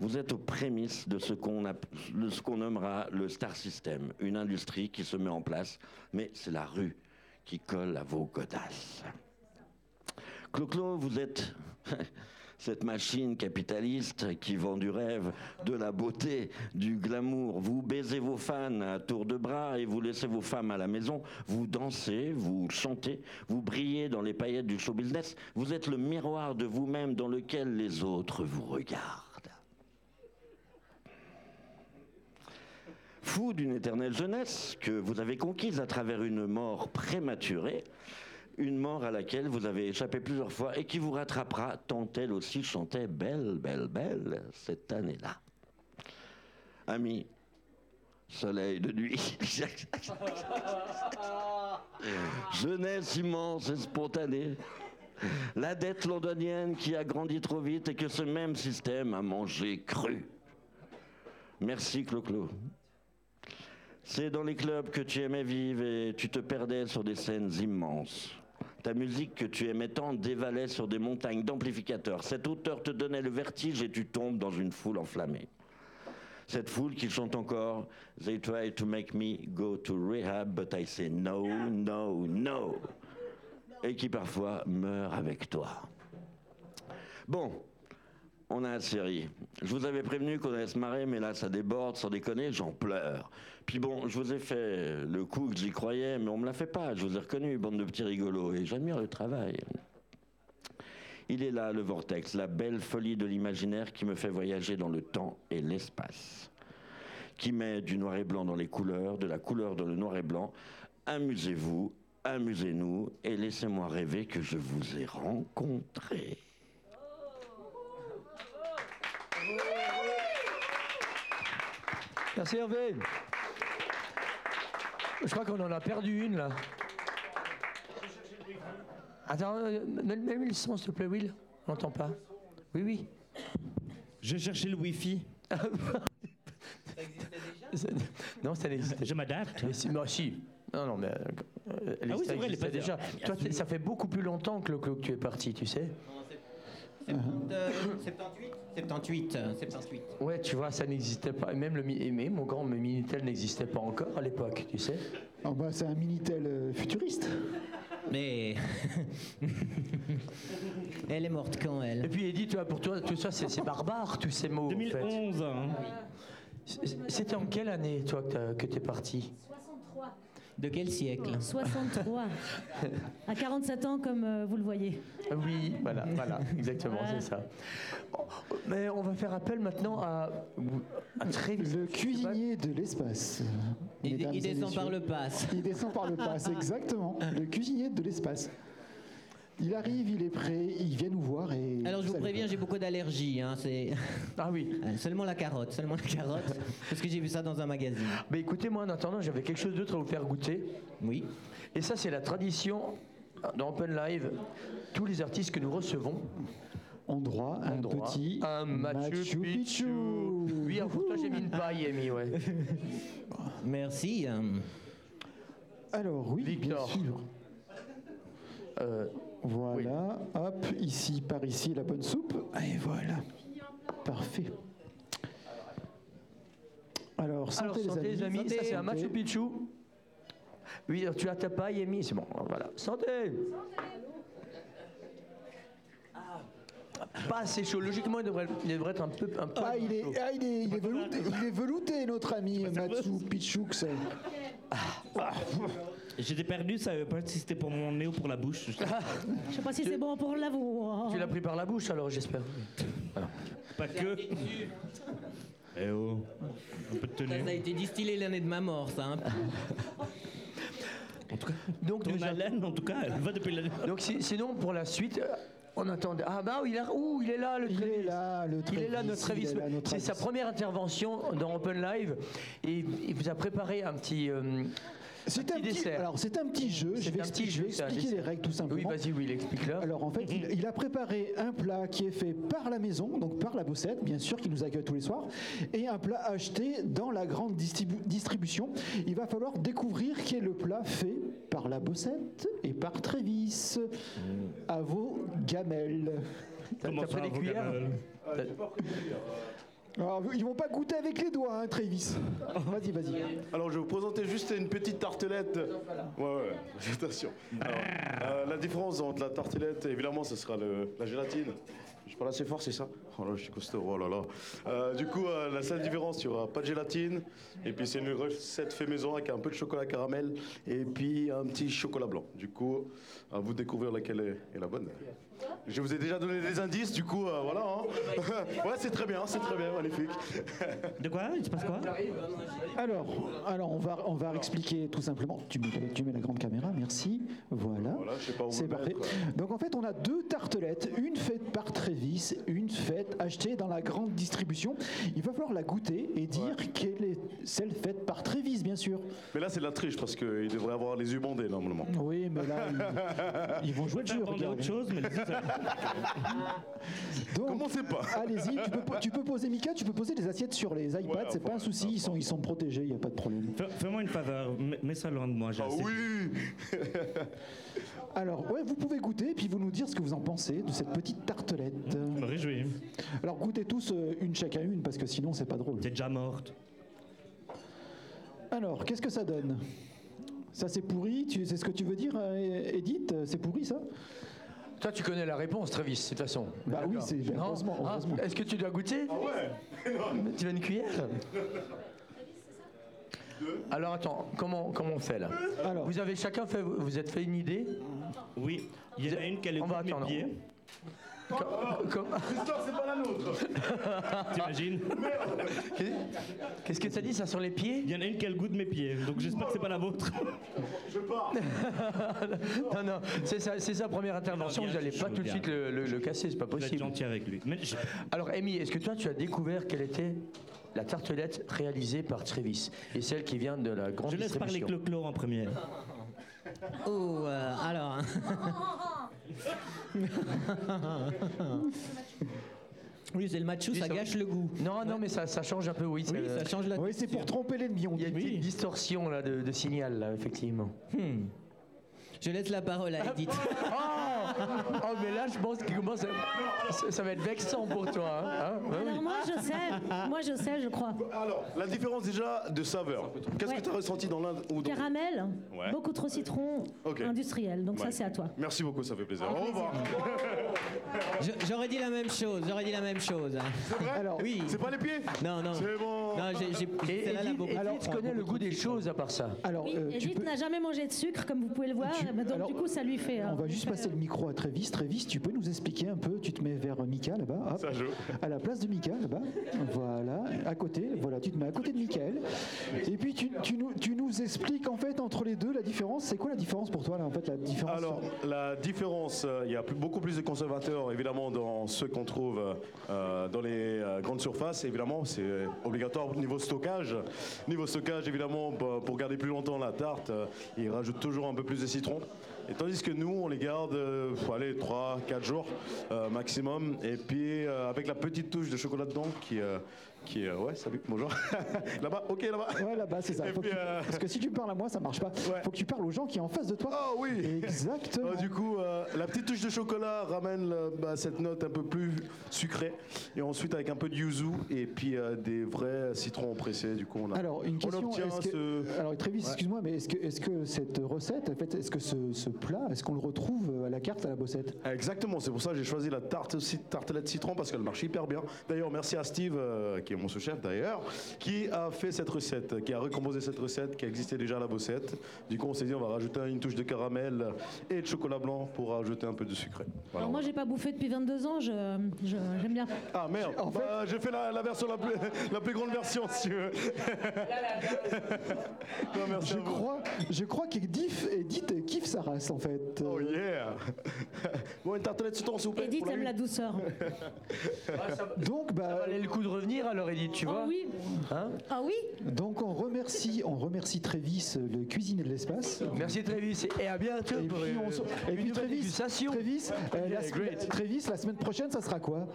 Speaker 11: Vous êtes aux prémices de ce qu'on app- de ce qu'on nommera le Star System, une industrie qui se met en place, mais c'est la rue qui colle à vos godasses. Clo-Clo, vous êtes cette machine capitaliste qui vend du rêve, de la beauté, du glamour. Vous baisez vos fans à tour de bras et vous laissez vos femmes à la maison. Vous dansez, vous chantez, vous brillez dans les paillettes du show business. Vous êtes le miroir de vous-même dans lequel les autres vous regardent. fou d'une éternelle jeunesse que vous avez conquise à travers une mort prématurée, une mort à laquelle vous avez échappé plusieurs fois et qui vous rattrapera tant elle aussi chantait belle, belle, belle cette année-là. Ami, soleil de nuit, jeunesse immense et spontanée, la dette londonienne qui a grandi trop vite et que ce même système a mangé cru. Merci Clo-Clo. C'est dans les clubs que tu aimais vivre et tu te perdais sur des scènes immenses. Ta musique que tu aimais tant dévalait sur des montagnes d'amplificateurs. Cette hauteur te donnait le vertige et tu tombes dans une foule enflammée. Cette foule qui chante encore They try to make me go to rehab, but I say no, no, no. Et qui parfois meurt avec toi. Bon, on a assez ri. Je vous avais prévenu qu'on allait se marrer, mais là, ça déborde, sans déconner, j'en pleure. Puis bon, je vous ai fait le coup que j'y croyais, mais on me l'a fait pas. Je vous ai reconnu, bande de petits rigolos, et j'admire le travail. Il est là, le vortex, la belle folie de l'imaginaire qui me fait voyager dans le temps et l'espace. Qui met du noir et blanc dans les couleurs, de la couleur dans le noir et blanc. Amusez-vous, amusez-nous, et laissez-moi rêver que je vous ai rencontré.
Speaker 3: Merci Hervé. Je crois qu'on en a perdu une là. Attends, euh, donne- donne-lui le son s'il te plaît, Will. On n'entend pas. Oui, oui.
Speaker 8: Je cherchais le Wi-Fi.
Speaker 3: Ça- Non, ça n'existe
Speaker 8: Je m'adapte.
Speaker 3: Mais si, mais si. Non, non, mais. euh, euh,
Speaker 8: Ah oui,
Speaker 3: ça
Speaker 8: c'est vrai, elle est pas
Speaker 3: existait déjà. Toi, t'es- ça fait beaucoup plus longtemps que le que tu es parti, tu sais.
Speaker 1: Uh-huh.
Speaker 9: Euh,
Speaker 4: 78 78 78.
Speaker 3: Ouais, tu vois, ça n'existait pas. Et Même le mi- et même mon grand le Minitel n'existait pas encore à l'époque, tu sais.
Speaker 1: Oh, bah, c'est un Minitel euh, futuriste.
Speaker 4: Mais. elle est morte quand
Speaker 3: Et
Speaker 4: elle
Speaker 3: puis Eddie, tu vois, pour toi, tout ça, c'est c'est barbare, tous ces mots. en fait.
Speaker 8: 2011. hein.
Speaker 3: C'est- C'était en quelle année, toi, que t'as- que t'es parti
Speaker 5: 63.
Speaker 4: De quel siècle
Speaker 5: 63. à 47 ans, comme euh, vous le voyez.
Speaker 3: Ah Oui, voilà, voilà, exactement,
Speaker 5: Voilà.
Speaker 3: c'est ça. Oh, Mais on va faire appel maintenant à, à très
Speaker 1: Le cuisinier de l'espace.
Speaker 4: Ah, il,
Speaker 1: Mesdames
Speaker 4: il
Speaker 1: et
Speaker 4: descend par
Speaker 1: messieurs.
Speaker 4: le pass.
Speaker 1: Il descend par le pass, exactement. Le cuisinier de l'espace. Il arrive, il est prêt, il vient nous voir et.
Speaker 4: Alors je vous
Speaker 1: Salut.
Speaker 4: préviens, j'ai beaucoup d'allergies. hein, c'est
Speaker 3: Ah oui.
Speaker 4: Euh, seulement la carotte, seulement la carotte, parce que j'ai vu ça dans un magazine.
Speaker 3: Mais écoutez, moi, en attendant, j'avais quelque chose d'autre à vous faire goûter.
Speaker 4: Oui.
Speaker 3: Et ça, c'est la tradition dans Open Live. Tous les artistes que nous recevons
Speaker 1: En droit, un
Speaker 3: ont droit
Speaker 1: petit.
Speaker 3: à un Machu, Picchu. Oui, alors pour toi, j'ai mis une paille, Amy, ouais.
Speaker 4: Merci. euh,
Speaker 1: Alors, oui,
Speaker 3: Victor.
Speaker 1: bien sûr.
Speaker 3: Euh,
Speaker 1: Voilà, hop, ici, par ici, la bonne soupe. Et voilà. Parfait. Alors, santé,
Speaker 3: alors, santé, les amis, ça, c'est un
Speaker 1: Santé.
Speaker 3: Machu Picchu. Oui, alors, tu as ta paille, Amy, c'est bon, alors, voilà. Santé Ah, Pas assez chaud. Logiquement, il devrait, il devrait être un peu, un peu
Speaker 1: Ah, il
Speaker 3: chaud.
Speaker 1: est, ah, il est, il est velouté, il est velouté, notre ami Matsu Pichouk. ça.
Speaker 8: J'étais perdu, ça savais pas si c'était pour mon nez ou pour la bouche.
Speaker 5: Je sais pas si c'est bon pour l'avoir.
Speaker 3: Tu l'as pris par la bouche, alors, j'espère.
Speaker 8: Pas que. Eh oh. Un peu de
Speaker 4: Ça, ça a
Speaker 8: tenue.
Speaker 4: été distillé l'année de ma mort, ça. hein.
Speaker 3: Donc,
Speaker 8: Ton
Speaker 3: nous a-
Speaker 8: haleine, en tout cas, elle va depuis l'année.
Speaker 3: donc si- sinon, pour la suite, euh, on attendait. Ah, bah, il, a, ouh, il est là, le
Speaker 1: Il est
Speaker 3: Trévis.
Speaker 1: là, le
Speaker 3: Il est là, notre
Speaker 1: Travis,
Speaker 3: Travis.
Speaker 1: il est là, notre
Speaker 3: C'est sa
Speaker 1: Travis.
Speaker 3: première intervention dans Open Live. Et il vous a préparé un petit. euh,
Speaker 1: C'est un
Speaker 3: petit
Speaker 1: petit,
Speaker 3: dessert.
Speaker 1: alors c'est un petit jeu.
Speaker 3: C'est
Speaker 1: Je vais
Speaker 3: un petit
Speaker 1: expliquer, je
Speaker 3: jeu,
Speaker 1: vais
Speaker 3: c'est un
Speaker 1: expliquer les
Speaker 3: dessert.
Speaker 1: règles tout simplement.
Speaker 3: Oui, vas-y, Will, explique-le.
Speaker 1: Alors en fait, il, il a préparé un plat qui est fait par la maison, donc par la Bossette, bien sûr, qui nous accueille tous les soirs, et un plat acheté dans la grande distribu- distribution. Il va falloir découvrir quel est le plat fait par la Bossette et par Trévis. À vos gamelles.
Speaker 3: T'as t'as pris des cuillères
Speaker 8: euh
Speaker 1: Ah, Alors, Ah, ils vont pas goûter avec les doigts, hein, Trévis. Vas-y, vas-y.
Speaker 12: Alors, je vais vous présenter juste une petite tartelette. Ouais, ouais, attention. Alors, euh, la différence entre la tartelette, évidemment, ce sera le- la gélatine. Je parle assez fort, c'est ça Oh là, je suis costaud, oh là là. Euh, du coup, euh, la seule différence, tu vois, pas de gélatine, et puis c'est une recette fait maison avec un peu de chocolat caramel, et puis un petit chocolat blanc. Du coup, à vous de découvrir laquelle est, est la bonne. Je vous ai déjà donné des indices, du coup, euh, voilà. hein. ouais, c'est très bien, c'est très bien, magnifique.
Speaker 4: De quoi Il se passe quoi
Speaker 1: Alors, alors on va, on va expliquer tout simplement. Tu mets, tu mets la grande caméra, merci. Voilà.
Speaker 12: Voilà, je sais pas où
Speaker 1: C'est
Speaker 12: me
Speaker 1: parfait.
Speaker 12: mettre, ouais.
Speaker 1: Donc en fait, on a deux tartelettes, une faite par Trévis, une faite achetée dans la grande distribution. Il va falloir la goûter et dire quelle est celle faite par Trévis, bien sûr.
Speaker 12: Mais là, c'est de la triche, parce qu'il devrait avoir les yeux bandés, normalement.
Speaker 1: Oui, mais là, ils, ils vont jouer le jeu.
Speaker 8: Attendez
Speaker 1: regarde. hein.
Speaker 8: autre chose, mais les autres,
Speaker 1: Donc,
Speaker 12: Commencez pas
Speaker 1: Allez-y, tu peux, po- tu peux poser Mika, tu peux poser des assiettes sur les iPads,
Speaker 12: Ouais,
Speaker 1: c'est pas un
Speaker 12: enfin,
Speaker 1: souci, ils sont, ils sont protégés, il n'y a pas de problème.
Speaker 8: fais- Fais-moi une faveur, mets mets ça loin de moi. j'ai
Speaker 12: Ah
Speaker 8: assez-
Speaker 12: oui
Speaker 1: Alors, ouais, vous pouvez goûter, puis vous nous dire ce que vous en pensez de cette petite tartelette.
Speaker 8: Je me réjouis.
Speaker 1: Alors, goûtez tous euh, une chacun une, parce que sinon, c'est pas drôle.
Speaker 8: T'es déjà morte.
Speaker 1: Alors, qu'est-ce que ça donne Ça, c'est pourri tu- C'est ce que tu veux dire, euh, Edith C'est pourri, ça
Speaker 3: Toi, tu connais la réponse, Travis, de toute façon.
Speaker 1: Bah oui,
Speaker 3: D'accord.
Speaker 1: c'est-
Speaker 3: Non
Speaker 1: heureusement,
Speaker 3: Ah,
Speaker 1: heureusement. Ah
Speaker 3: Est-ce que tu dois goûter Tu veux une cuillère Alors attends, comment, comment on fait là
Speaker 1: Alors,
Speaker 3: Vous avez chacun fait, vous vous êtes fait une idée
Speaker 8: Oui, il y en a une qui a le
Speaker 3: On
Speaker 8: goût
Speaker 3: va
Speaker 8: de mes
Speaker 3: attendre.
Speaker 8: pieds.
Speaker 3: Com- com-
Speaker 12: L'histoire, c'est pas la nôtre
Speaker 8: T'imagines
Speaker 3: Qu'est-ce que ça dit Ça sur les pieds
Speaker 8: Il y en a une qui a le goût de mes pieds, donc j'espère que c'est pas la vôtre.
Speaker 12: Je pars
Speaker 3: Non, non, c'est sa, c'est sa première intervention,
Speaker 8: bien,
Speaker 3: vous n'allez
Speaker 8: je
Speaker 3: pas
Speaker 8: suis
Speaker 3: tout de
Speaker 8: bien.
Speaker 3: suite le, le- le casser, c'est pas
Speaker 8: Je vais être
Speaker 3: possible.
Speaker 8: gentil avec lui. Mais je-
Speaker 3: Alors, Amy, est-ce que toi, tu as découvert quelle était la tartelette réalisée par Trévis et celle qui vient de la grande
Speaker 8: je laisse parler
Speaker 3: distribution
Speaker 8: Clo-Clo en premier.
Speaker 4: Oh, euh, alors. hein. oui, c'est le macho,
Speaker 3: Oui,
Speaker 4: ça
Speaker 3: ça-
Speaker 4: gâche le goût.
Speaker 3: Non, Ah non, mais ça, ça change un peu, oui.
Speaker 4: Oui,
Speaker 3: ça-
Speaker 4: ça change la.
Speaker 1: oui, c'est pour tromper l'ennemi, on
Speaker 3: Il y a
Speaker 1: dit.
Speaker 3: une petite distorsion là, de, de signal, là, effectivement.
Speaker 4: Hmm. Je laisse la parole à Edith.
Speaker 3: Oh, Oh, mais là, je pense que commence à- ça, ça va être vexant pour toi. hein, hein, hein, oui.
Speaker 5: Alors moi je sais, moi je sais, je crois.
Speaker 12: Alors, la différence déjà de saveur. Qu'est-ce
Speaker 5: Ouais.
Speaker 12: que tu as ressenti dans l'Inde ou dans...
Speaker 5: Caramel,
Speaker 12: Ouais.
Speaker 5: beaucoup trop citron
Speaker 12: Ok.
Speaker 5: industriel. Donc ça
Speaker 12: Ouais. Ah,
Speaker 5: c'est à toi.
Speaker 12: Merci beaucoup, ça fait plaisir. Au revoir.
Speaker 4: Je- J'aurais dit la même chose, j'aurais dit la même chose. hein.
Speaker 1: Alors,
Speaker 4: Oui.
Speaker 12: C'est pas les pieds
Speaker 4: Non, non.
Speaker 12: C'est bon
Speaker 4: Non, j'ai. j'ai-
Speaker 3: Et
Speaker 4: celle-là, elle a
Speaker 3: Edith,
Speaker 4: beaucoup-
Speaker 3: Edith
Speaker 4: Alors,
Speaker 3: connaît le
Speaker 4: beaucoup
Speaker 3: goût
Speaker 4: trop
Speaker 3: des
Speaker 4: de
Speaker 3: choses à part ça.
Speaker 1: alors
Speaker 5: Oui,
Speaker 1: euh, tu
Speaker 5: Edith
Speaker 1: peux-
Speaker 5: n'a jamais mangé de sucre comme vous pouvez le voir,
Speaker 1: Tu-
Speaker 5: mais donc
Speaker 1: alors,
Speaker 5: du coup ça lui fait. euh,
Speaker 1: on va juste passer le micro à Trévis. Trévis, tu peux nous expliquer un peu Tu te mets vers euh, Mika là-bas. hop.
Speaker 12: Ça joue.
Speaker 1: à la place de Mika là-bas. Voilà, à côté, voilà, tu te mets à côté de Michael. Et puis tu, tu nous, tu nous expliques en fait entre les deux la différence. C'est quoi la différence pour toi là en fait la différence
Speaker 12: Alors, la différence, euh, il y a plus- beaucoup plus de conservateurs, évidemment, dans ceux qu'on trouve euh, euh, dans les euh, grandes surfaces. Évidemment, c'est euh, obligatoire au niveau stockage. Niveau stockage, évidemment, pour pour garder plus longtemps la tarte, euh, ils rajoutent toujours un peu plus de citron. Et tandis que nous, on les garde, euh, faut aller 3-4 jours euh, maximum. Et puis, euh, avec la petite touche de chocolat dedans qui... euh, qui euh, ouais, salut, bonjour. là-bas, ok, là-bas.
Speaker 1: Ouais là-bas c'est ça.
Speaker 12: Et
Speaker 1: Faut que
Speaker 12: puis,
Speaker 1: tu-
Speaker 12: euh,
Speaker 1: Parce que si tu parles à moi ça marche pas.
Speaker 12: Ouais.
Speaker 1: Faut que tu parles aux gens qui sont en face de toi.
Speaker 12: Oh oui
Speaker 1: Exactement.
Speaker 12: Ah, du coup, euh, la petite touche de chocolat ramène euh, bah, cette note un peu plus sucrée. Et ensuite, avec un peu de yuzu et puis euh, des vrais citrons pressés. Du coup, on, a-
Speaker 1: Alors une
Speaker 12: on
Speaker 1: question.
Speaker 12: obtient
Speaker 1: est-ce que-
Speaker 12: ce.
Speaker 1: Alors Trévis, excuse-moi, mais est-ce que, est-ce que cette recette, en fait, est-ce que ce, ce plat, est-ce qu'on le retrouve à la carte à la bossette
Speaker 12: Ah, Exactement, c'est pour ça que j'ai choisi la tarte ci- tartelette citron parce qu'elle marche hyper bien. D'ailleurs, merci à Steve, euh, qui est mon sous-chef d'ailleurs, qui a fait cette recette, euh, qui a recomposé cette recette qui existait déjà à la bossette. Du coup, on s'est dit, on va rajouter une touche de caramel et de chocolat blanc pour rajouter un peu de sucré. Voilà.
Speaker 5: Alors moi j'ai pas bouffé depuis 22 ans, je je- j'aime bien.
Speaker 12: Ah merde, Bah, j'ai fait la, la version la plus, la plus grande version si tu veux. non, merci
Speaker 1: Je
Speaker 12: à vous.
Speaker 1: crois, je crois qu'Edith, Edith kiffe sa race en fait.
Speaker 12: Oh yeah Bon, une tartelette citron, s'il vous plaît.
Speaker 5: Edith
Speaker 12: pour
Speaker 5: aime
Speaker 12: lui.
Speaker 5: la douceur.
Speaker 1: Donc bah,
Speaker 3: Valait le coup de revenir alors, Edith, tu
Speaker 5: Ah
Speaker 3: vois
Speaker 5: oui,
Speaker 3: Hein
Speaker 5: ah oui.
Speaker 1: Donc on remercie, on remercie Trévis, euh, le cuisinier de l'espace.
Speaker 3: Merci Travis et à bientôt
Speaker 1: Et
Speaker 3: pour
Speaker 1: puis,
Speaker 3: une,
Speaker 1: on se- et
Speaker 3: une
Speaker 1: puis
Speaker 3: nouvelle
Speaker 1: Trévis,
Speaker 3: dégustation.
Speaker 1: Trévis, euh, la,
Speaker 3: Yeah,
Speaker 1: semaine-
Speaker 3: great.
Speaker 1: Trévis, la semaine prochaine, ça sera quoi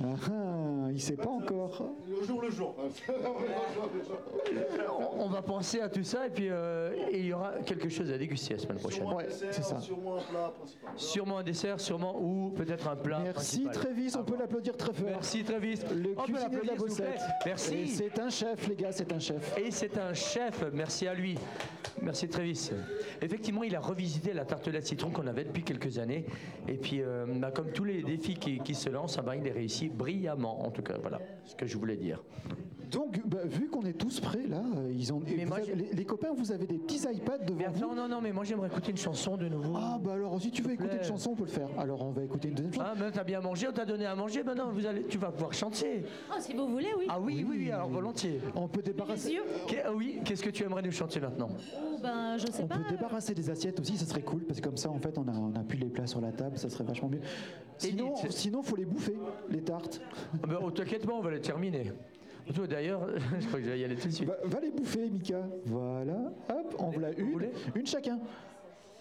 Speaker 1: Ah, ah, il sait pas encore.
Speaker 12: Au jour le jour.
Speaker 3: On on va penser à tout ça et puis euh, et il y aura quelque chose à déguster la semaine prochaine.
Speaker 1: Ouais, c'est ça.
Speaker 12: Sûrement un plat principal.
Speaker 3: Sûrement un dessert, sûrement ou peut-être un plat.
Speaker 1: Merci
Speaker 3: principal. Ah
Speaker 1: Trévis, on peut l'applaudir très fort.
Speaker 3: Merci Travis.
Speaker 1: Le
Speaker 3: On peut
Speaker 1: cuisinier de la
Speaker 3: l'applaudir, s'il vous plaît.
Speaker 1: bossette. Et
Speaker 3: Merci.
Speaker 1: C'est un chef, les gars, c'est un chef.
Speaker 3: Et c'est un chef, merci à lui. Merci Travis. Effectivement, il a revisité la tartelette citron qu'on avait depuis quelques années. Et puis, euh, bah, comme tous les défis qui, qui se lancent, ah bah, il les réussit brillamment. En tout cas, voilà ce que je voulais dire.
Speaker 1: Donc, bah, vu qu'on est tous prêts, là, euh, ils ont,
Speaker 3: Mais
Speaker 1: vous
Speaker 3: moi,
Speaker 1: avez-
Speaker 3: j'ai-
Speaker 1: les, les copains, vous avez des petits iPads devant
Speaker 3: Mais
Speaker 1: vous.
Speaker 3: attends, non, non, mais moi j'aimerais écouter une chanson de nouveau.
Speaker 1: Ah, bah alors, si tu veux écouter
Speaker 3: plaît.
Speaker 1: une chanson, on peut le faire. Alors, on va écouter une deuxième chanson.
Speaker 3: Ah, mais t'as bien mangé, on t'a donné à manger, maintenant vous allez, tu vas pouvoir chanter.
Speaker 5: Oh, si vous voulez, oui.
Speaker 3: Ah oui, oui, oui, alors volontiers.
Speaker 1: On peut débarrasser.
Speaker 5: Les yeux
Speaker 3: Qu'est- ah oui, qu'est-ce que tu aimerais nous chanter maintenant
Speaker 5: Ou ben, je sais
Speaker 1: On
Speaker 5: pas.
Speaker 1: peut débarrasser des assiettes aussi, ça serait cool, parce que comme ça, en fait, on a, on a plus les plats sur la table, ça serait vachement mieux. Sinon,
Speaker 3: Edith.
Speaker 1: sinon, faut les bouffer, les tartes.
Speaker 3: Ah bah, oh, T'inquiète pas, on va les terminer. Toi, D'ailleurs, je crois que j'allais y aller tout de suite.
Speaker 1: Va, va les bouffer, Mika. Voilà, hop, on voilà
Speaker 3: vous
Speaker 1: une,
Speaker 3: voulez
Speaker 1: une chacun.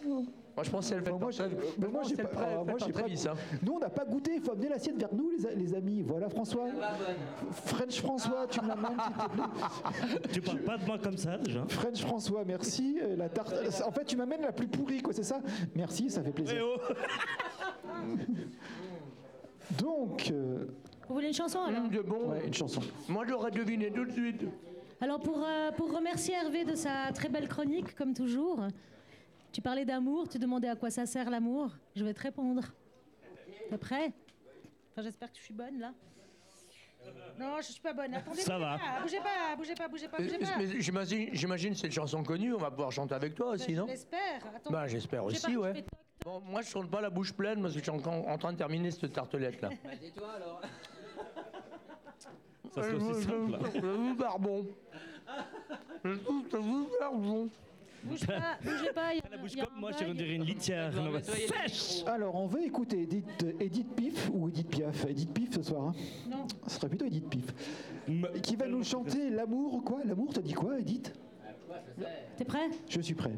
Speaker 3: Moi, je pensais le faire.
Speaker 1: Bon, moi, j'ai- bah, moi, j'ai pas- ah, moi, j'ai pas-
Speaker 3: ça.
Speaker 1: Nous, on n'a pas goûté, il faut amener l'assiette vers nous, les, a- les amis. Voilà, François. French François, tu me l'amènes, s'il te plaît.
Speaker 8: Tu parles pas de moi comme ça déjà.
Speaker 1: French François, merci. Euh, La tarte. En fait, tu m'amènes la plus pourrie, quoi, c'est ça Merci, ça fait
Speaker 8: Eh
Speaker 1: plaisir.
Speaker 8: oh
Speaker 1: Donc, euh,
Speaker 5: Vous voulez une chanson alors
Speaker 3: de bon.
Speaker 1: ouais, une chanson.
Speaker 3: Moi, j'aurais deviné tout de suite.
Speaker 7: Hmm.
Speaker 5: Alors pour, euh, pour remercier Hervé de sa très belle chronique, comme toujours, tu parlais d'amour, tu demandais à quoi ça sert l'amour. Je vais te répondre. T'es prêt Enfin, j'espère que je suis bonne là. Non, je suis pas bonne. Attendez,
Speaker 8: Ça
Speaker 5: bougez
Speaker 8: va.
Speaker 5: pas, bougez pas, bougez pas, bougez pas, bougez pas.
Speaker 3: Euh, Mais J'imagine, j'imagine, c'est une chanson connue. On va pouvoir chanter avec toi aussi,
Speaker 5: Bah, Je
Speaker 3: non
Speaker 5: l'espère. Attends,
Speaker 3: Bah, j'espère
Speaker 5: bougez pas,
Speaker 3: aussi,
Speaker 5: je
Speaker 3: ouais.
Speaker 5: fais toc.
Speaker 3: Bon, moi, je tourne pas la bouche pleine parce que je suis encore en train de terminer cette tartelette là.
Speaker 6: Bah, tais-toi alors.
Speaker 8: Ça c'est aussi simple.
Speaker 3: Je vous euh, barbon. Je trouve que vous barbon.
Speaker 5: Bouge pas, bougez pas. il y a-
Speaker 8: La bouche
Speaker 5: il y a
Speaker 8: comme
Speaker 5: un
Speaker 8: moi, je
Speaker 5: bug.
Speaker 8: dirais une litière.
Speaker 6: dois
Speaker 8: Non, bah,
Speaker 6: nettoyer les
Speaker 8: sèche
Speaker 1: Alors, on va écouter Edith, Edith Piaf ou Edith Piaf Edith Piaf ce soir. Hein.
Speaker 5: Non.
Speaker 1: Ce serait plutôt Edith Piaf.
Speaker 8: Me-
Speaker 1: Qui va nous chanter l'amour, quoi L'amour, t'as dit quoi, Edith
Speaker 5: T'es prêt
Speaker 1: Je suis prêt.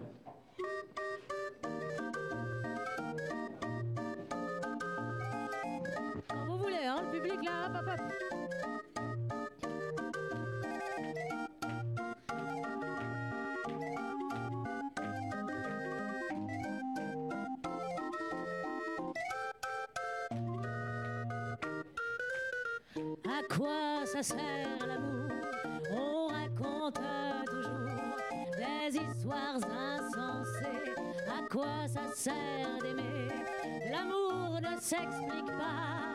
Speaker 5: Quand vous voulez, hein, le public là, hop, hop, hop. À quoi ça sert l'amour On raconte toujours des histoires insensées. À quoi ça sert d'aimer L'amour ne s'explique pas.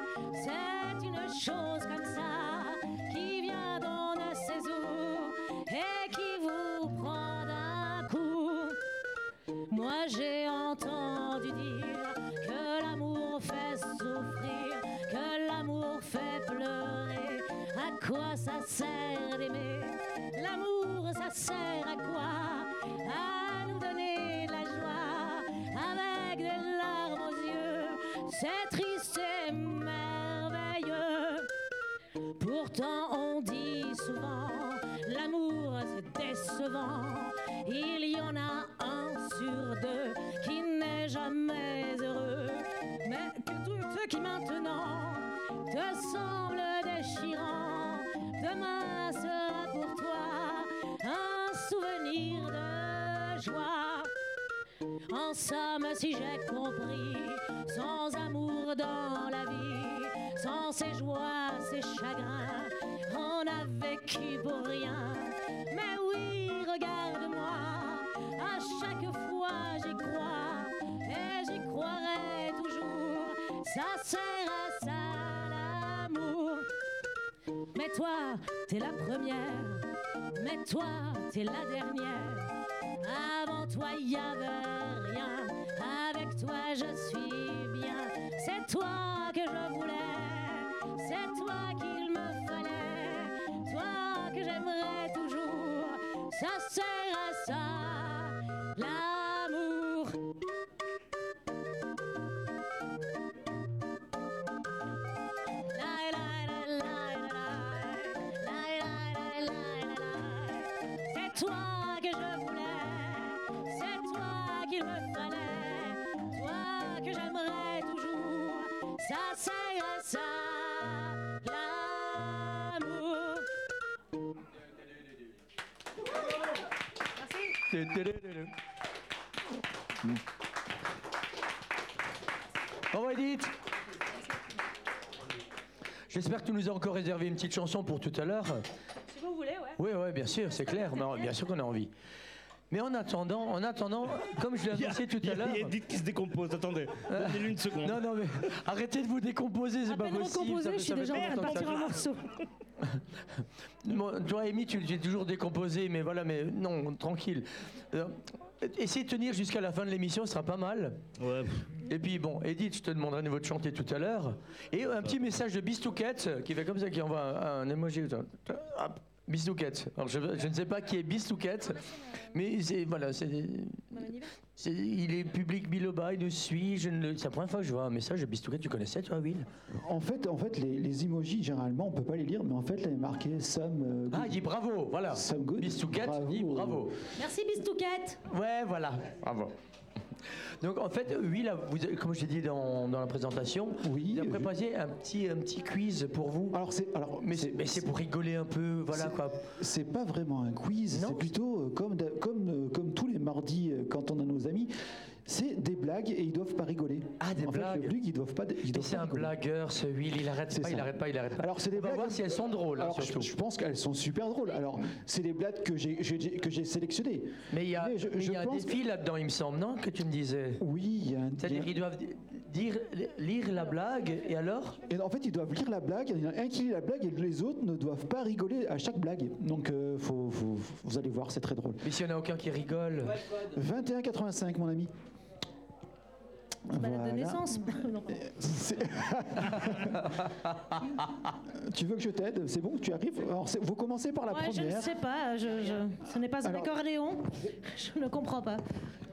Speaker 5: C'est une chose comme ça qui vient d'on ne sait où et qui vous prend d'un coup. Moi j'ai entendu dire que l'amour fait souffrir, que l'amour fait pleurer. À quoi ça sert d'aimer L'amour ça sert à quoi À nous donner de la joie avec des larmes aux yeux. C'est triste et merveilleux. Pourtant on dit souvent l'amour c'est décevant. Il y en a un sur deux qui n'est jamais heureux, mais que tout ce qui maintenant te semble déchirant, demain sera pour toi un souvenir de joie. En somme, si j'ai compris, sans amour dans la vie, sans ses joies, ses chagrins, on a vécu pour rien. Mais oui, regarde-moi, à chaque fois j'y crois, et j'y croirai toujours, ça sert à ça l'amour. Mais toi, t'es la première, mais toi, t'es la dernière. Avant toi, y avait rien. Avec toi, je suis bien. C'est toi que je voulais. C'est toi qu'il me fallait. Toi que j'aimerais toujours. Ça sert à ça, l'amour. C'est toi que je voulais, c'est toi qu'il me fallait, toi que j'aimerais toujours, ça sert à ça,
Speaker 3: Au revoir Edith J'espère que tu nous as encore réservé une petite chanson pour tout à l'heure.
Speaker 7: Si vous voulez, ouais.
Speaker 3: Oui, oui, bien sûr, c'est clair. mais on- bien sûr qu'on a envie. Mais en attendant, en attendant, comme je l'ai annoncé tout
Speaker 8: Il y
Speaker 3: à
Speaker 8: a-
Speaker 3: l'heure. Ah.
Speaker 8: il y a Edith qui se décompose, attendez. Donnez-lui une seconde.
Speaker 3: Non, non, mais arrêtez de vous décomposer, c'est
Speaker 7: À
Speaker 3: pas
Speaker 7: peine
Speaker 3: possible.
Speaker 7: recomposé,
Speaker 3: ça fait-
Speaker 7: je suis
Speaker 3: ça fait
Speaker 7: déjà en
Speaker 3: pas
Speaker 7: train de
Speaker 3: longtemps que
Speaker 7: partir
Speaker 3: ça-
Speaker 7: en morceaux.
Speaker 3: Bon, toi, Amy, tu es toujours décomposé, mais voilà, mais non, tranquille. Euh, essayez de tenir jusqu'à la fin de l'émission, ce sera pas mal.
Speaker 8: Ouais, pff,
Speaker 3: Et puis, bon, Edith, je te demanderai à nouveau de chanter tout à l'heure. Et un petit message de Bistouquette euh, qui fait comme ça, qui envoie un, un emoji. Hop, Bistouquette. Alors, je, je ne sais pas qui est Bistouquette, mais c'est. Voilà, c'est. c'est- Il est public biloba, il nous suit. Je ne le- C'est la première fois que je vois un message de Bistouquette. Tu connaissais, toi, Will
Speaker 1: En fait, en fait les, les emojis, généralement, on peut pas les lire, mais en fait, là, il est marqué Sam. euh,
Speaker 3: Ah, il dit bravo, voilà.
Speaker 1: Sam Good.
Speaker 3: Bistouquette
Speaker 1: Bravo.
Speaker 3: dit bravo.
Speaker 5: Merci Bistouquette.
Speaker 3: Ouais, voilà. Bravo. Donc en fait, oui, là, vous avez- comme je l'ai dit dans, dans la présentation,
Speaker 1: Oui,
Speaker 3: il a
Speaker 1: je-
Speaker 3: préparé un petit, un petit quiz pour vous.
Speaker 1: Alors, c'est alors,
Speaker 3: mais c'est mais c'est pour rigoler un peu, voilà
Speaker 1: c'est-
Speaker 3: quoi.
Speaker 1: C'est pas vraiment un quiz,
Speaker 3: Non.
Speaker 1: c'est plutôt euh, comme, d'a- comme, euh, comme tous les mardis euh, quand on a nos amis, c'est des blagues et ils doivent pas rigoler.
Speaker 3: Ah, des
Speaker 1: en
Speaker 3: blagues.
Speaker 1: Fait, le but, ils doivent pas. Ils
Speaker 3: Mais
Speaker 1: doivent
Speaker 3: c'est
Speaker 1: pas
Speaker 3: un
Speaker 1: rigoler.
Speaker 3: blagueur, ce Will, il arrête
Speaker 1: C'est
Speaker 3: pas, il
Speaker 1: ça.
Speaker 3: arrête pas, il arrête pas.
Speaker 1: Alors, c'est des
Speaker 3: On va
Speaker 1: blagues
Speaker 3: voir
Speaker 1: un
Speaker 3: si
Speaker 1: peu-
Speaker 3: elles sont drôles, hein,
Speaker 1: Alors, je,
Speaker 3: surtout.
Speaker 1: je pense qu'elles sont super drôles. Alors, c'est des blagues que j'ai- j'ai- que j'ai sélectionnées.
Speaker 3: Mais il y a,
Speaker 1: Mais je-
Speaker 3: mais il y
Speaker 1: je
Speaker 3: a un
Speaker 1: pense
Speaker 3: défi là-dedans, il me semble, non Que tu me disais.
Speaker 1: Oui, il y a un. il y a-
Speaker 3: C'est-à-dire qu'ils doivent dire, lire la blague, et alors
Speaker 1: Et en fait, ils doivent lire la blague. Il y en a un qui lit la blague et les autres ne doivent pas rigoler à chaque blague. Donc, euh, faut- faut- vous allez voir, c'est très drôle.
Speaker 3: Mais s'il n'y en a aucun qui rigole.
Speaker 1: 21,85, mon ami.
Speaker 5: Balade de
Speaker 1: Voilà.
Speaker 5: naissance.
Speaker 1: C'est- tu veux que je t'aide C'est bon, tu arrives Alors, c'est- vous commencez par la
Speaker 7: Ouais, je ne
Speaker 1: première.
Speaker 7: sais pas. Je, je- Ce n'est pas un
Speaker 1: Alors-
Speaker 7: accordéon. Je ne comprends pas.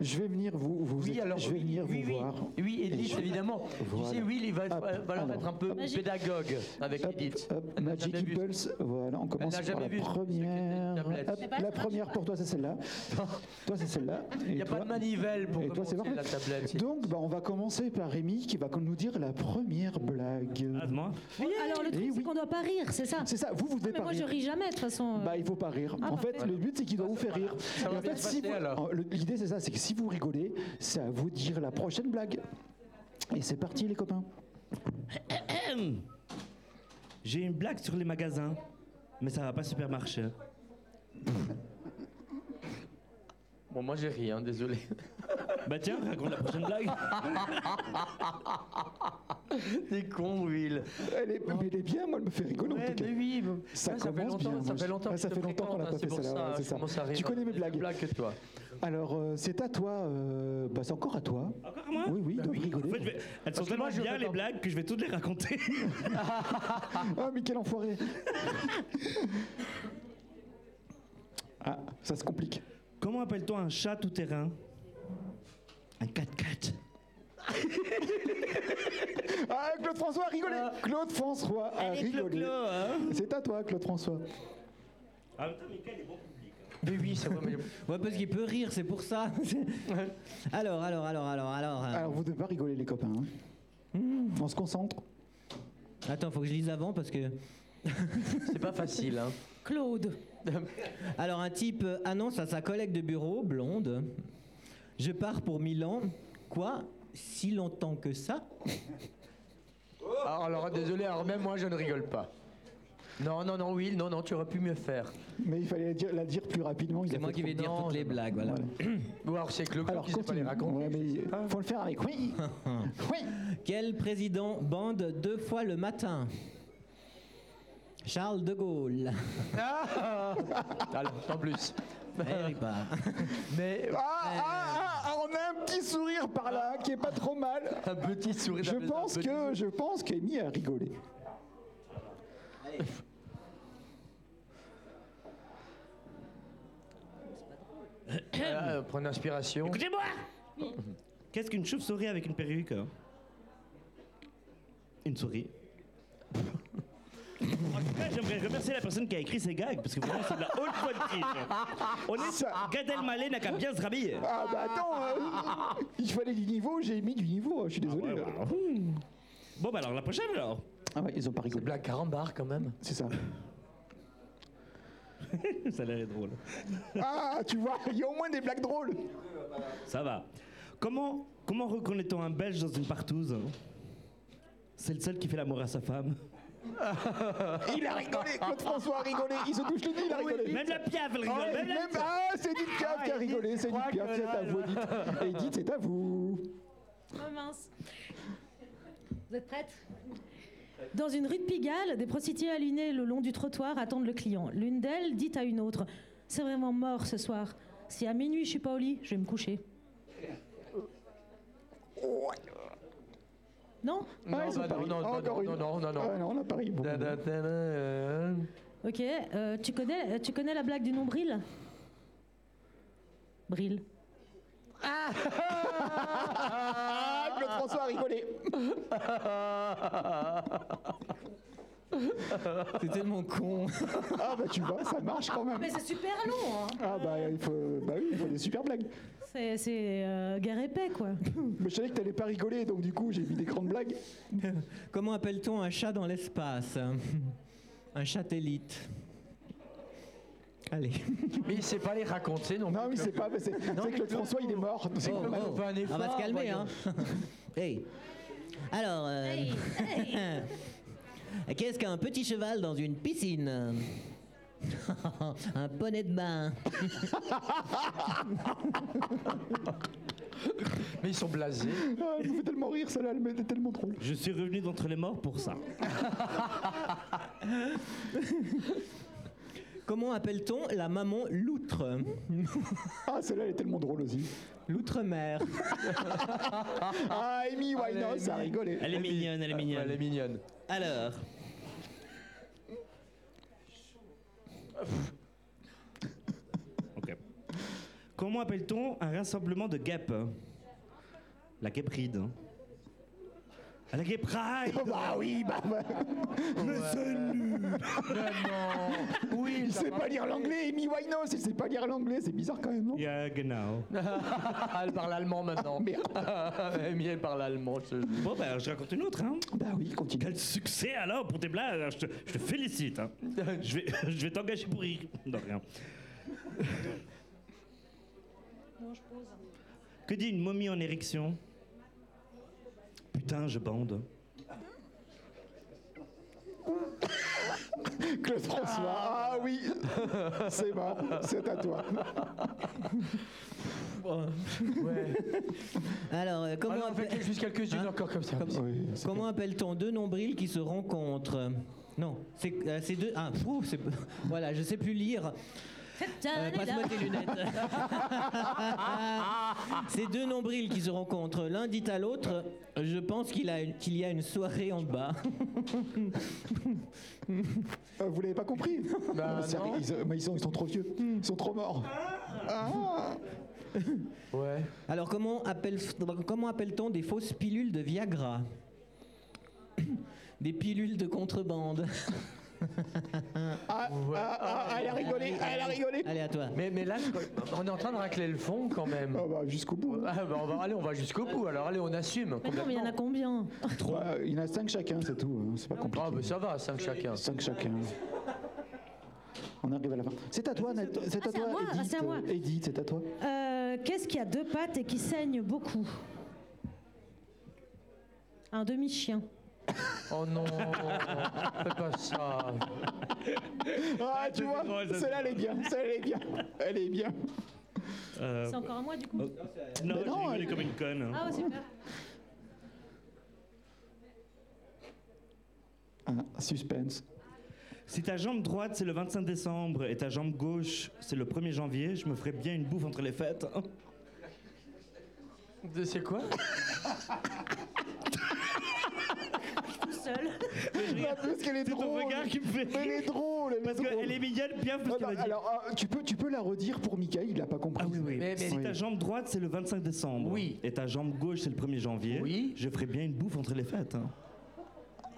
Speaker 1: Je vais venir vous, vous
Speaker 3: Oui, alors,
Speaker 1: je vais
Speaker 3: oui,
Speaker 1: venir
Speaker 3: oui,
Speaker 1: vous
Speaker 3: oui.
Speaker 1: voir.
Speaker 3: Oui, Edith, évidemment.
Speaker 1: Voilà.
Speaker 3: Tu sais, Will, il va,
Speaker 1: Hop,
Speaker 3: va- va leur
Speaker 1: alors,
Speaker 3: être un peu
Speaker 7: Magic.
Speaker 3: pédagogue avec
Speaker 1: Hop,
Speaker 3: Edith.
Speaker 1: hop,
Speaker 3: Elle n'a
Speaker 1: Magic
Speaker 3: jamais vu.
Speaker 1: Impulse, voilà, on commence
Speaker 3: n'a
Speaker 1: par
Speaker 3: jamais
Speaker 1: la
Speaker 3: vu ce que c'était une
Speaker 1: première.
Speaker 3: tablette.
Speaker 1: Hop, la première pour toi, c'est celle-là. toi, c'est celle-là.
Speaker 3: Il n'y a pas de manivelle pour
Speaker 1: Et toi, c'est
Speaker 3: commencer la
Speaker 1: parfait.
Speaker 3: tablette.
Speaker 1: Donc, bah, on va commencer par Rémi qui va nous dire la première blague.
Speaker 3: Ah,
Speaker 8: à demain.
Speaker 7: Alors, le
Speaker 1: Eh
Speaker 7: truc,
Speaker 1: oui.
Speaker 7: c'est qu'on doit pas rire, c'est ça
Speaker 1: C'est ça, vous, vous devez
Speaker 7: Mais
Speaker 1: pas
Speaker 7: moi, je
Speaker 1: rire.
Speaker 7: ris jamais, de toute façon.
Speaker 1: Bah, il faut pas rire.
Speaker 7: Ah,
Speaker 1: en fait,
Speaker 7: parfait.
Speaker 1: le but, c'est qu'il doit vous faire rire.
Speaker 3: Ça va
Speaker 1: Et en
Speaker 3: bien
Speaker 1: fait,
Speaker 3: se
Speaker 1: si
Speaker 3: passer,
Speaker 1: vous-
Speaker 3: alors.
Speaker 1: en- le- l'idée, c'est ça c'est que si vous rigolez, c'est à vous de dire la prochaine blague. Et c'est parti, les copains.
Speaker 8: J'ai une blague sur les magasins, mais ça va pas super marcher.
Speaker 3: Bon, moi j'ai ri, hein, désolé.
Speaker 8: Bah tiens, raconte la prochaine blague.
Speaker 3: T'es con, Will.
Speaker 1: Elle est, mais elle est bien, moi, elle me fait rigoler en
Speaker 3: Ouais,
Speaker 1: tout cas.
Speaker 3: mais oui, mais-
Speaker 1: Ça
Speaker 3: Ouais, ça fait
Speaker 1: commence
Speaker 3: longtemps,
Speaker 1: bien,
Speaker 3: ça
Speaker 1: moi,
Speaker 3: fait
Speaker 1: je-
Speaker 3: longtemps
Speaker 1: Ah,
Speaker 3: que
Speaker 1: ça
Speaker 3: je te
Speaker 1: fait longtemps qu'on
Speaker 3: fréquente,
Speaker 1: a pas
Speaker 3: hein,
Speaker 1: fait
Speaker 3: c'est pour
Speaker 1: celle-là,
Speaker 3: ça,
Speaker 1: ouais,
Speaker 3: hein,
Speaker 1: c'est
Speaker 3: je
Speaker 1: ça.
Speaker 3: commence à
Speaker 1: Tu
Speaker 3: rire.
Speaker 1: connais mes
Speaker 3: J'ai
Speaker 1: blagues.
Speaker 3: plus de que toi.
Speaker 1: Alors, euh, c'est à toi. euh, bah, c'est encore à toi.
Speaker 8: Encore à moi
Speaker 1: Oui, oui, ils doivent
Speaker 8: Bah En fait, je
Speaker 1: rigoler.
Speaker 8: vais- Elles sont
Speaker 3: que moi,
Speaker 8: tellement
Speaker 3: je
Speaker 8: bien
Speaker 3: vais
Speaker 8: les
Speaker 3: pas-
Speaker 8: blagues que je vais toutes les raconter.
Speaker 1: Ah, mais quel enfoiré Ah, ça se complique.
Speaker 8: Comment appelle-t-on un chat tout terrain Un 4x4.
Speaker 1: Ah, Claude François a rigolé Claude François a rigolé.
Speaker 3: hein.
Speaker 1: C'est à toi, Claude François.
Speaker 8: En même temps, Mickaël est bon public.
Speaker 3: Mais oui, c'est vrai, mais.
Speaker 4: Ouais, parce qu'il peut rire, c'est pour ça. alors, alors, alors, alors, alors. euh,
Speaker 1: Alors, vous ne devez pas rigoler, les copains. hein.
Speaker 3: Hmm.
Speaker 1: On se concentre.
Speaker 4: Attends, faut que je lise avant parce que.
Speaker 3: C'est pas facile, hein.
Speaker 7: Claude.
Speaker 4: Alors, un type euh, annonce à sa collègue de bureau, blonde Je pars pour Milan. Quoi Si longtemps que ça
Speaker 12: Ah,
Speaker 3: Alors, alors, désolé, alors même moi je ne rigole pas. Non, non, non, Will, non, non, tu aurais pu mieux faire.
Speaker 1: Mais il fallait la dire, la dire plus rapidement. il a
Speaker 4: C'est moi
Speaker 1: fait
Speaker 4: qui vais
Speaker 1: trop-
Speaker 4: dire
Speaker 3: Non,
Speaker 4: toutes les
Speaker 3: non,
Speaker 4: blagues, voilà.
Speaker 3: Ou alors c'est que le club
Speaker 1: Alors,
Speaker 3: qui sait pas les
Speaker 1: continue.
Speaker 3: raconter.
Speaker 1: Ouais, mais il faut le faire avec oui. oui.
Speaker 4: Quel président bande deux fois le matin Charles de Gaulle.
Speaker 3: Ah Alors, en plus.
Speaker 4: Elle rit pas.
Speaker 3: Mais
Speaker 1: Ah, ah, ah, on a un petit sourire par là qui est pas trop mal.
Speaker 3: un petit sourire.
Speaker 1: Je pense que je pense qu'Amy a rigolé.
Speaker 3: Voilà, euh, prends une inspiration.
Speaker 8: Écoutez-moi Qu'est-ce qu'une chauve-souris avec une perruque hein Une souris. En tout cas, j'aimerais remercier la personne qui a écrit ces gags, parce que vraiment, c'est de la haute qualité. On est sur Gad Elmaleh n'a qu'à bien se rhabiller.
Speaker 1: Ah bah attends, euh, il fallait du niveau, j'ai mis du niveau, hein, je suis désolé.
Speaker 8: Ouais, voilà. Hmm. Bon, bah alors, la prochaine, alors
Speaker 1: Ah ouais, ils ont pas
Speaker 3: C'est
Speaker 1: rigolé.
Speaker 3: blague carambar quand même.
Speaker 1: C'est ça.
Speaker 8: Ça a l'air drôle.
Speaker 1: hein. Ah, tu vois, il y a au moins des blagues drôles.
Speaker 8: Ça va. Comment, comment reconnaît-on un Belge dans une partouze C'est le seul qui fait l'amour à sa femme.
Speaker 1: Il a rigolé, Claude François a rigolé, il se touche le nez, il a rigolé.
Speaker 8: Même la piaf, elle rigole,
Speaker 1: Ah,
Speaker 8: même la piaf.
Speaker 1: Ah, c'est Edith Piaf qui a rigolé, c'est Edith Piaf, c'est à vous, Edith. Edith, c'est à vous.
Speaker 7: Oh mince. Vous êtes prête Dans une rue de Pigalle, des prostituées alignées le long du trottoir attendent le client. L'une d'elles dit à une autre C'est vraiment mort ce soir. Si à minuit je suis pas au lit, je vais me coucher. Non
Speaker 1: Ah, ils ont pas ri. Encore une. Ah, non, on a pas ri. Bon.
Speaker 7: Ok, euh, tu, connais, euh, tu connais la blague du nombril Bril.
Speaker 1: Ah, Claude François a rigolé.
Speaker 4: C'est tellement con.
Speaker 1: Ah, bah tu vois, ça marche quand même.
Speaker 7: Mais c'est super long, hein.
Speaker 1: Ah, bah, il faut, bah oui, il faut des super blagues.
Speaker 7: C'est, c'est euh, guerre épais, quoi.
Speaker 1: Mais je savais que t'allais pas rigoler, donc du coup, j'ai mis des grandes blagues.
Speaker 4: Comment appelle-t-on un chat dans l'espace Un satellite. Allez.
Speaker 3: Mais il sait pas les raconter non
Speaker 1: Non, mais c'est pas. mais C'est
Speaker 4: Non,
Speaker 1: c'est
Speaker 4: mais
Speaker 1: que le
Speaker 4: Claude-
Speaker 1: François, il est mort. C'est
Speaker 4: Oh,
Speaker 1: normal.
Speaker 4: oh. On va se calmer, hein. hey. Alors. euh, Qu'est-ce qu'un petit cheval dans une piscine Un poney de bain.
Speaker 3: Mais ils sont blasés.
Speaker 1: Ah, elle me fait tellement rire, celle-là, elle me- elle est tellement drôle.
Speaker 8: Je suis revenu d'entre les morts pour ça.
Speaker 4: Comment appelle-t-on la maman loutre
Speaker 1: Ah, celle-là, elle est tellement drôle aussi.
Speaker 4: L'outre-mer.
Speaker 1: Ah, Amy Winehouse a rigolé.
Speaker 8: Elle est mignonne, elle est mignonne.
Speaker 3: Elle est mignonne.
Speaker 4: Alors.
Speaker 8: Ok. Comment appelle-t-on un rassemblement de guêpes La guêperide. hein. Ah, La guêperide
Speaker 1: Oh, bah oui, bah, bah.
Speaker 8: Mais c'est nul
Speaker 3: non. Oui,
Speaker 1: Il sait pas lire l'anglais, Amy Winehouse, il sait pas lire l'anglais, c'est bizarre quand même, non
Speaker 8: Ja, genau.
Speaker 3: Elle parle allemand maintenant.
Speaker 1: Ah,
Speaker 3: Amy, elle parle allemand. je te jure.
Speaker 8: Bon, ben, je raconte une autre, hein.
Speaker 1: Bah oui, continue.
Speaker 8: Quel succès alors pour tes blagues hein. Je te, je te félicite. hein. Je vais, je vais t'engager pour rire. Non, rien. Que dit une momie en érection Putain, je bande.
Speaker 1: Claude François, ah oui, c'est mort, c'est à toi.
Speaker 3: Ouais.
Speaker 4: Alors, euh, comment,
Speaker 3: Allez, on fait
Speaker 4: appelle- Hein
Speaker 3: que- Ah juste quelques-unes encore comme ça.
Speaker 1: Oui,
Speaker 4: comment appelle-t-on deux nombrils qui se rencontrent Non, c'est euh, c'est deux. Ah, fou, c'est. Voilà, je sais plus lire. Euh, Passe-moi tes lunettes. C'est deux nombrils qui se rencontrent. L'un dit à l'autre Je pense qu'il a une- qu'il y a une soirée en bas.
Speaker 1: Euh, vous l'avez pas compris
Speaker 3: Bah,
Speaker 1: Ah, c'est
Speaker 3: non.
Speaker 1: vrai, Ils, euh, mais ils sont, ils sont trop vieux, ils sont trop morts. Ah.
Speaker 3: Ouais.
Speaker 4: Alors, comment appelle- comment appelle-t-on des fausses pilules de Viagra Des pilules de contrebande.
Speaker 1: Ah, ah, ah, elle a rigolé, elle a rigolé.
Speaker 4: Allez, à toi.
Speaker 3: Mais, mais là, je- on est en train de racler le fond quand même.
Speaker 1: Ah bah, jusqu'au bout.
Speaker 3: Ah bah on va, allez, on va jusqu'au bout. Alors allez, on assume.
Speaker 7: Mais non, mais il y en a combien
Speaker 1: Bah, il y en a 5 chacun, c'est tout, hein, c'est pas compliqué.
Speaker 3: Ah bah ça va, 5 chacun.
Speaker 1: 5 chacun. On arrive à la fin. C'est à toi, Nat- c'est à
Speaker 7: c'est à
Speaker 1: toi,
Speaker 7: moi, ah,
Speaker 1: Edith.
Speaker 7: c'est à moi.
Speaker 1: euh, Edith, c'est à toi.
Speaker 7: Euh, Qu'est-ce qui a deux pattes et qui saigne beaucoup Un demi-chien.
Speaker 3: Oh non, fais pas ça.
Speaker 1: Ah, tu vois, celle-là, elle est bien, celle-là, elle est bien, elle est bien.
Speaker 8: Euh,
Speaker 7: C'est encore à moi, du coup
Speaker 8: non,
Speaker 1: Mais
Speaker 8: j'ai
Speaker 1: non,
Speaker 8: rigolé
Speaker 1: elle-
Speaker 8: comme une conne. hein.
Speaker 7: Ah, ouais, super.
Speaker 1: Ah, suspense.
Speaker 8: Si ta jambe droite, c'est le 25 décembre, et ta jambe gauche, c'est le 1er janvier, je me ferais bien une bouffe entre les fêtes. hein.
Speaker 3: De- C'est quoi
Speaker 8: oh.
Speaker 7: Tout seul.
Speaker 1: Ah, parce qu'elle est
Speaker 8: C'est ton
Speaker 1: drôle.
Speaker 8: regard qui me fait
Speaker 1: Elle est
Speaker 8: rire.
Speaker 1: drôle, elle est
Speaker 8: Parce
Speaker 1: drôle.
Speaker 8: qu'elle est mignonne, bien parce
Speaker 1: Ah,
Speaker 8: qu'elle a
Speaker 1: bah,
Speaker 8: dit...
Speaker 1: alors, ah, tu, peux, tu peux la redire pour Mika, il l'a pas compris.
Speaker 8: Ah oui, oui.
Speaker 3: Mais- mais-
Speaker 8: si ta jambe droite, c'est le 25 décembre.
Speaker 3: Eh ben, Oui.
Speaker 8: Et ta jambe gauche, c'est le 1er janvier.
Speaker 3: Oui.
Speaker 8: Je ferais bien une bouffe entre les fêtes. hein.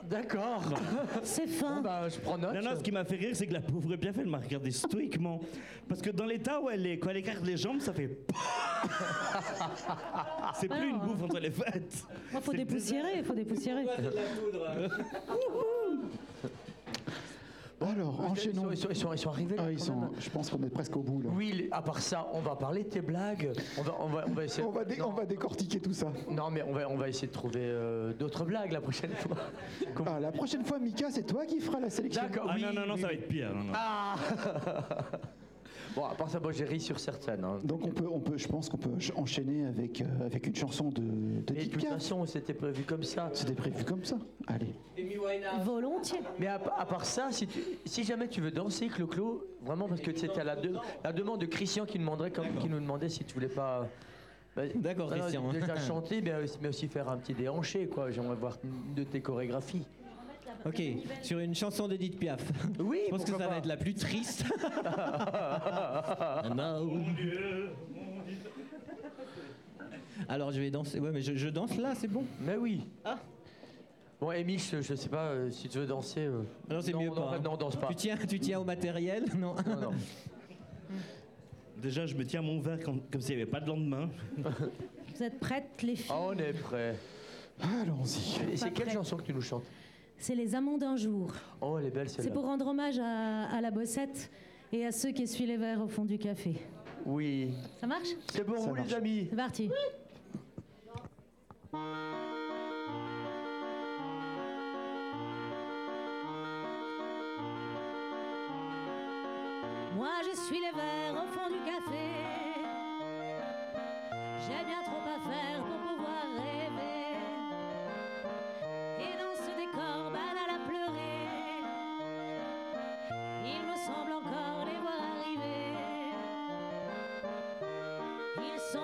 Speaker 3: D'accord.
Speaker 7: C'est
Speaker 3: Bon,
Speaker 7: fin.
Speaker 3: bah je prends note.
Speaker 8: Non, non, ce qui m'a fait rire, c'est que la pauvre Piaf, elle m'a regardé stoïquement. Parce que dans l'état où elle est, quand elle écarte les jambes, ça fait. c'est plus une
Speaker 7: Alors,
Speaker 8: bouffe entre les fêtes.
Speaker 7: Moi, faut
Speaker 8: C'est le
Speaker 7: dépoussiérer, faut dépoussiérer.
Speaker 13: de la poudre.
Speaker 1: Alors, enchaînons.
Speaker 3: Ils sont, ils sont- ils sont arrivés. là,
Speaker 1: Ah, ils
Speaker 3: quand
Speaker 1: sont-
Speaker 3: même.
Speaker 1: je pense qu'on est presque au bout. Là.
Speaker 3: Oui, les- à part ça, on va parler de tes blagues. On va, on va, on va essayer.
Speaker 1: On va, dé- on va décortiquer tout ça.
Speaker 3: Non, mais on va, on va essayer de trouver euh, d'autres blagues la prochaine fois.
Speaker 1: Ah, la prochaine fois, Mika, c'est toi qui feras la sélection.
Speaker 3: D'accord. oui, oui, oui. Ah Bon, à part ça, bon, j'ai ri sur certaines. hein.
Speaker 1: Donc on peut, on peut, je pense qu'on peut ch- enchaîner avec, euh, avec une chanson de, de
Speaker 3: Mais de
Speaker 1: Kit
Speaker 3: toute
Speaker 1: Kat.
Speaker 3: façon, c'était prévu comme ça.
Speaker 1: C'était prévu comme ça. Allez.
Speaker 7: Volontiers.
Speaker 3: Mais à, à part ça, si, tu- si jamais tu veux danser, Clo-Clo, vraiment, parce que c'était à la, de- la demande de Christian qui, demanderait comme- qui nous demandait si tu voulais pas. bah,
Speaker 4: D'accord,
Speaker 3: non, non,
Speaker 4: Christian.
Speaker 3: Déjà chanter, mais aussi, mais aussi faire un petit déhanché, quoi. J'aimerais voir une de tes chorégraphies.
Speaker 4: Ok, sur une chanson d'Edith Piaf.
Speaker 3: Oui,
Speaker 4: Je pense que ça va être la plus triste. Alors je vais danser. Ouais, mais je, je danse là, c'est bon.
Speaker 3: Mais oui.
Speaker 4: Ah.
Speaker 3: Bon, Amy, je, je sais pas euh, si tu veux danser. euh,
Speaker 4: Non, c'est mieux pas.
Speaker 3: Non,
Speaker 4: hein.
Speaker 3: non, danse pas.
Speaker 4: Tu tiens, tu tiens au matériel Non.
Speaker 3: non.
Speaker 8: Déjà, je me tiens mon verre comme, comme s'il n'y avait pas de lendemain.
Speaker 7: Vous êtes prêtes, les filles
Speaker 3: Ah, on est prêt.
Speaker 1: Allons-y.
Speaker 3: Et c'est
Speaker 7: Pas
Speaker 3: quelle
Speaker 7: prêt.
Speaker 3: chanson que tu nous chantes
Speaker 7: C'est les amants d'un jour.
Speaker 3: Oh, elle est belle celle-là.
Speaker 7: C'est pour rendre hommage à, à la bossette et à ceux qui essuient les verres au fond du café.
Speaker 3: Oui.
Speaker 7: Ça marche
Speaker 3: C'est pour
Speaker 1: Ça
Speaker 3: vous,
Speaker 1: marche.
Speaker 3: les amis.
Speaker 7: C'est parti.
Speaker 5: Moi je suis les verres au fond du café. J'ai bien trop à faire pour pouvoir rêver. Et dans ce décor banal à pleurer, il me semble encore les voir arriver. Ils sont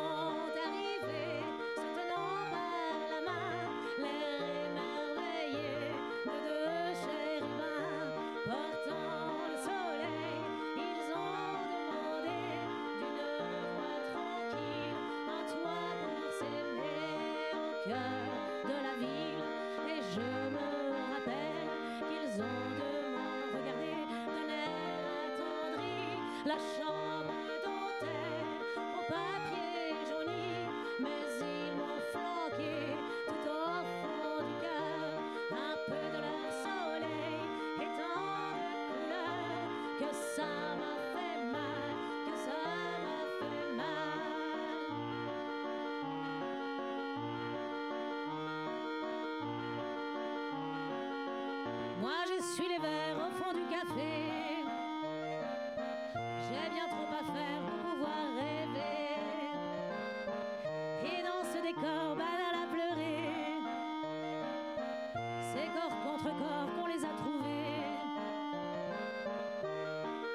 Speaker 5: arrivés, se tenant par la main, l'air émerveillé de deux chérubins, portant le soleil. Ils ont demandé d'une voix tranquille un toit pour s'aimer au cœur de la ville. Et je me rappelle qu'ils ont de moi regardé d'un air attendri la chambre dentelle au papier jauni, mais ils m'ont flanqué tout au fond du cœur, un peu de leur soleil et tant de couleurs que ça m'a fait mal, que ça m'a fait mal. Moi je suis les verres au fond du café. J'ai bien trop à faire pour pouvoir rêver. Et dans ce décor banal à pleurer, c'est corps contre corps qu'on les a trouvés.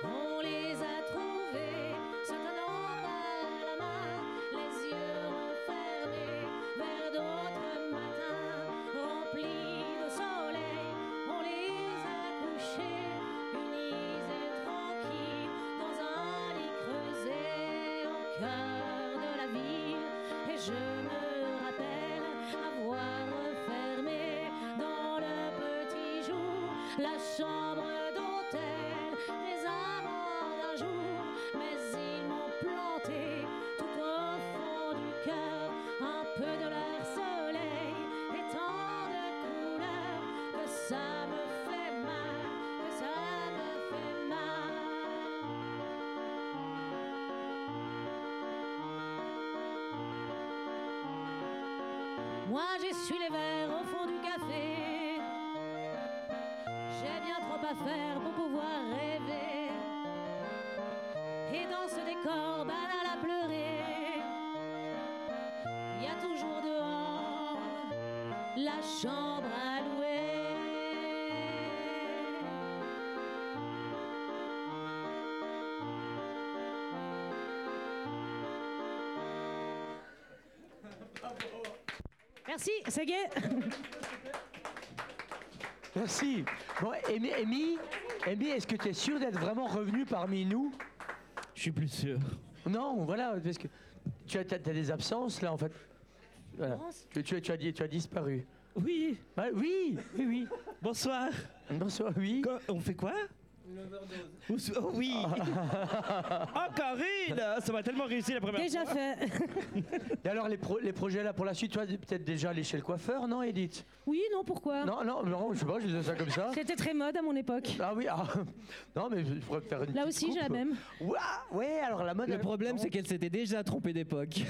Speaker 5: On les a trouvés, se tenant par la main, les yeux refermés vers d'autres matins remplis de soleil. On les a couchés, unis et tranquilles, dans un lit creusé au cœur de la ville. Et je me rappelle avoir refermé dans le petit jour la chambre d'hôtel des amants d'un jour. Mais ils m'ont planté tout au fond du cœur un peu de leur soleil et tant de couleurs que ça me fait mal, que ça me fait mal. Moi je suis les verres au fond du café. J'ai bien trop à faire pour pouvoir rêver. Et dans ce décor banal à pleurer, il y a toujours dehors la chambre à louer.
Speaker 7: Merci, c'est gay.
Speaker 3: Merci. Bon, Amy, Amy, Amy, est-ce que tu es sûr d'être vraiment revenu parmi nous
Speaker 8: Je suis plus sûr.
Speaker 3: Non, voilà, parce que tu as, t'as- t'as des absences là en fait. Voilà. Tu, tu as- tu as, dit- tu as disparu.
Speaker 8: Oui,
Speaker 3: Bah oui, oui, oui.
Speaker 8: bonsoir.
Speaker 3: Bonsoir, oui.
Speaker 8: Quoi, on fait quoi Ous- Oh oui Oh, Encore une Ça m'a tellement réussi la première
Speaker 7: Déjà
Speaker 8: fois.
Speaker 7: fait.
Speaker 3: Et alors, les, pro- les projets là pour la suite, toi, t'es peut-être déjà allé chez le coiffeur, non, Edith
Speaker 7: Oui, non, pourquoi
Speaker 3: Non, non, non, je sais pas, je disais ça comme ça.
Speaker 7: C'était très mode à mon époque.
Speaker 3: Ah oui, ah, non, mais je pourrais faire une.
Speaker 7: Là
Speaker 3: petite
Speaker 7: aussi, j'ai la
Speaker 3: coupe.
Speaker 7: même.
Speaker 3: Ouah, ouais, alors la mode.
Speaker 4: Le problème, c'est qu'elle s'était déjà trompée d'époque.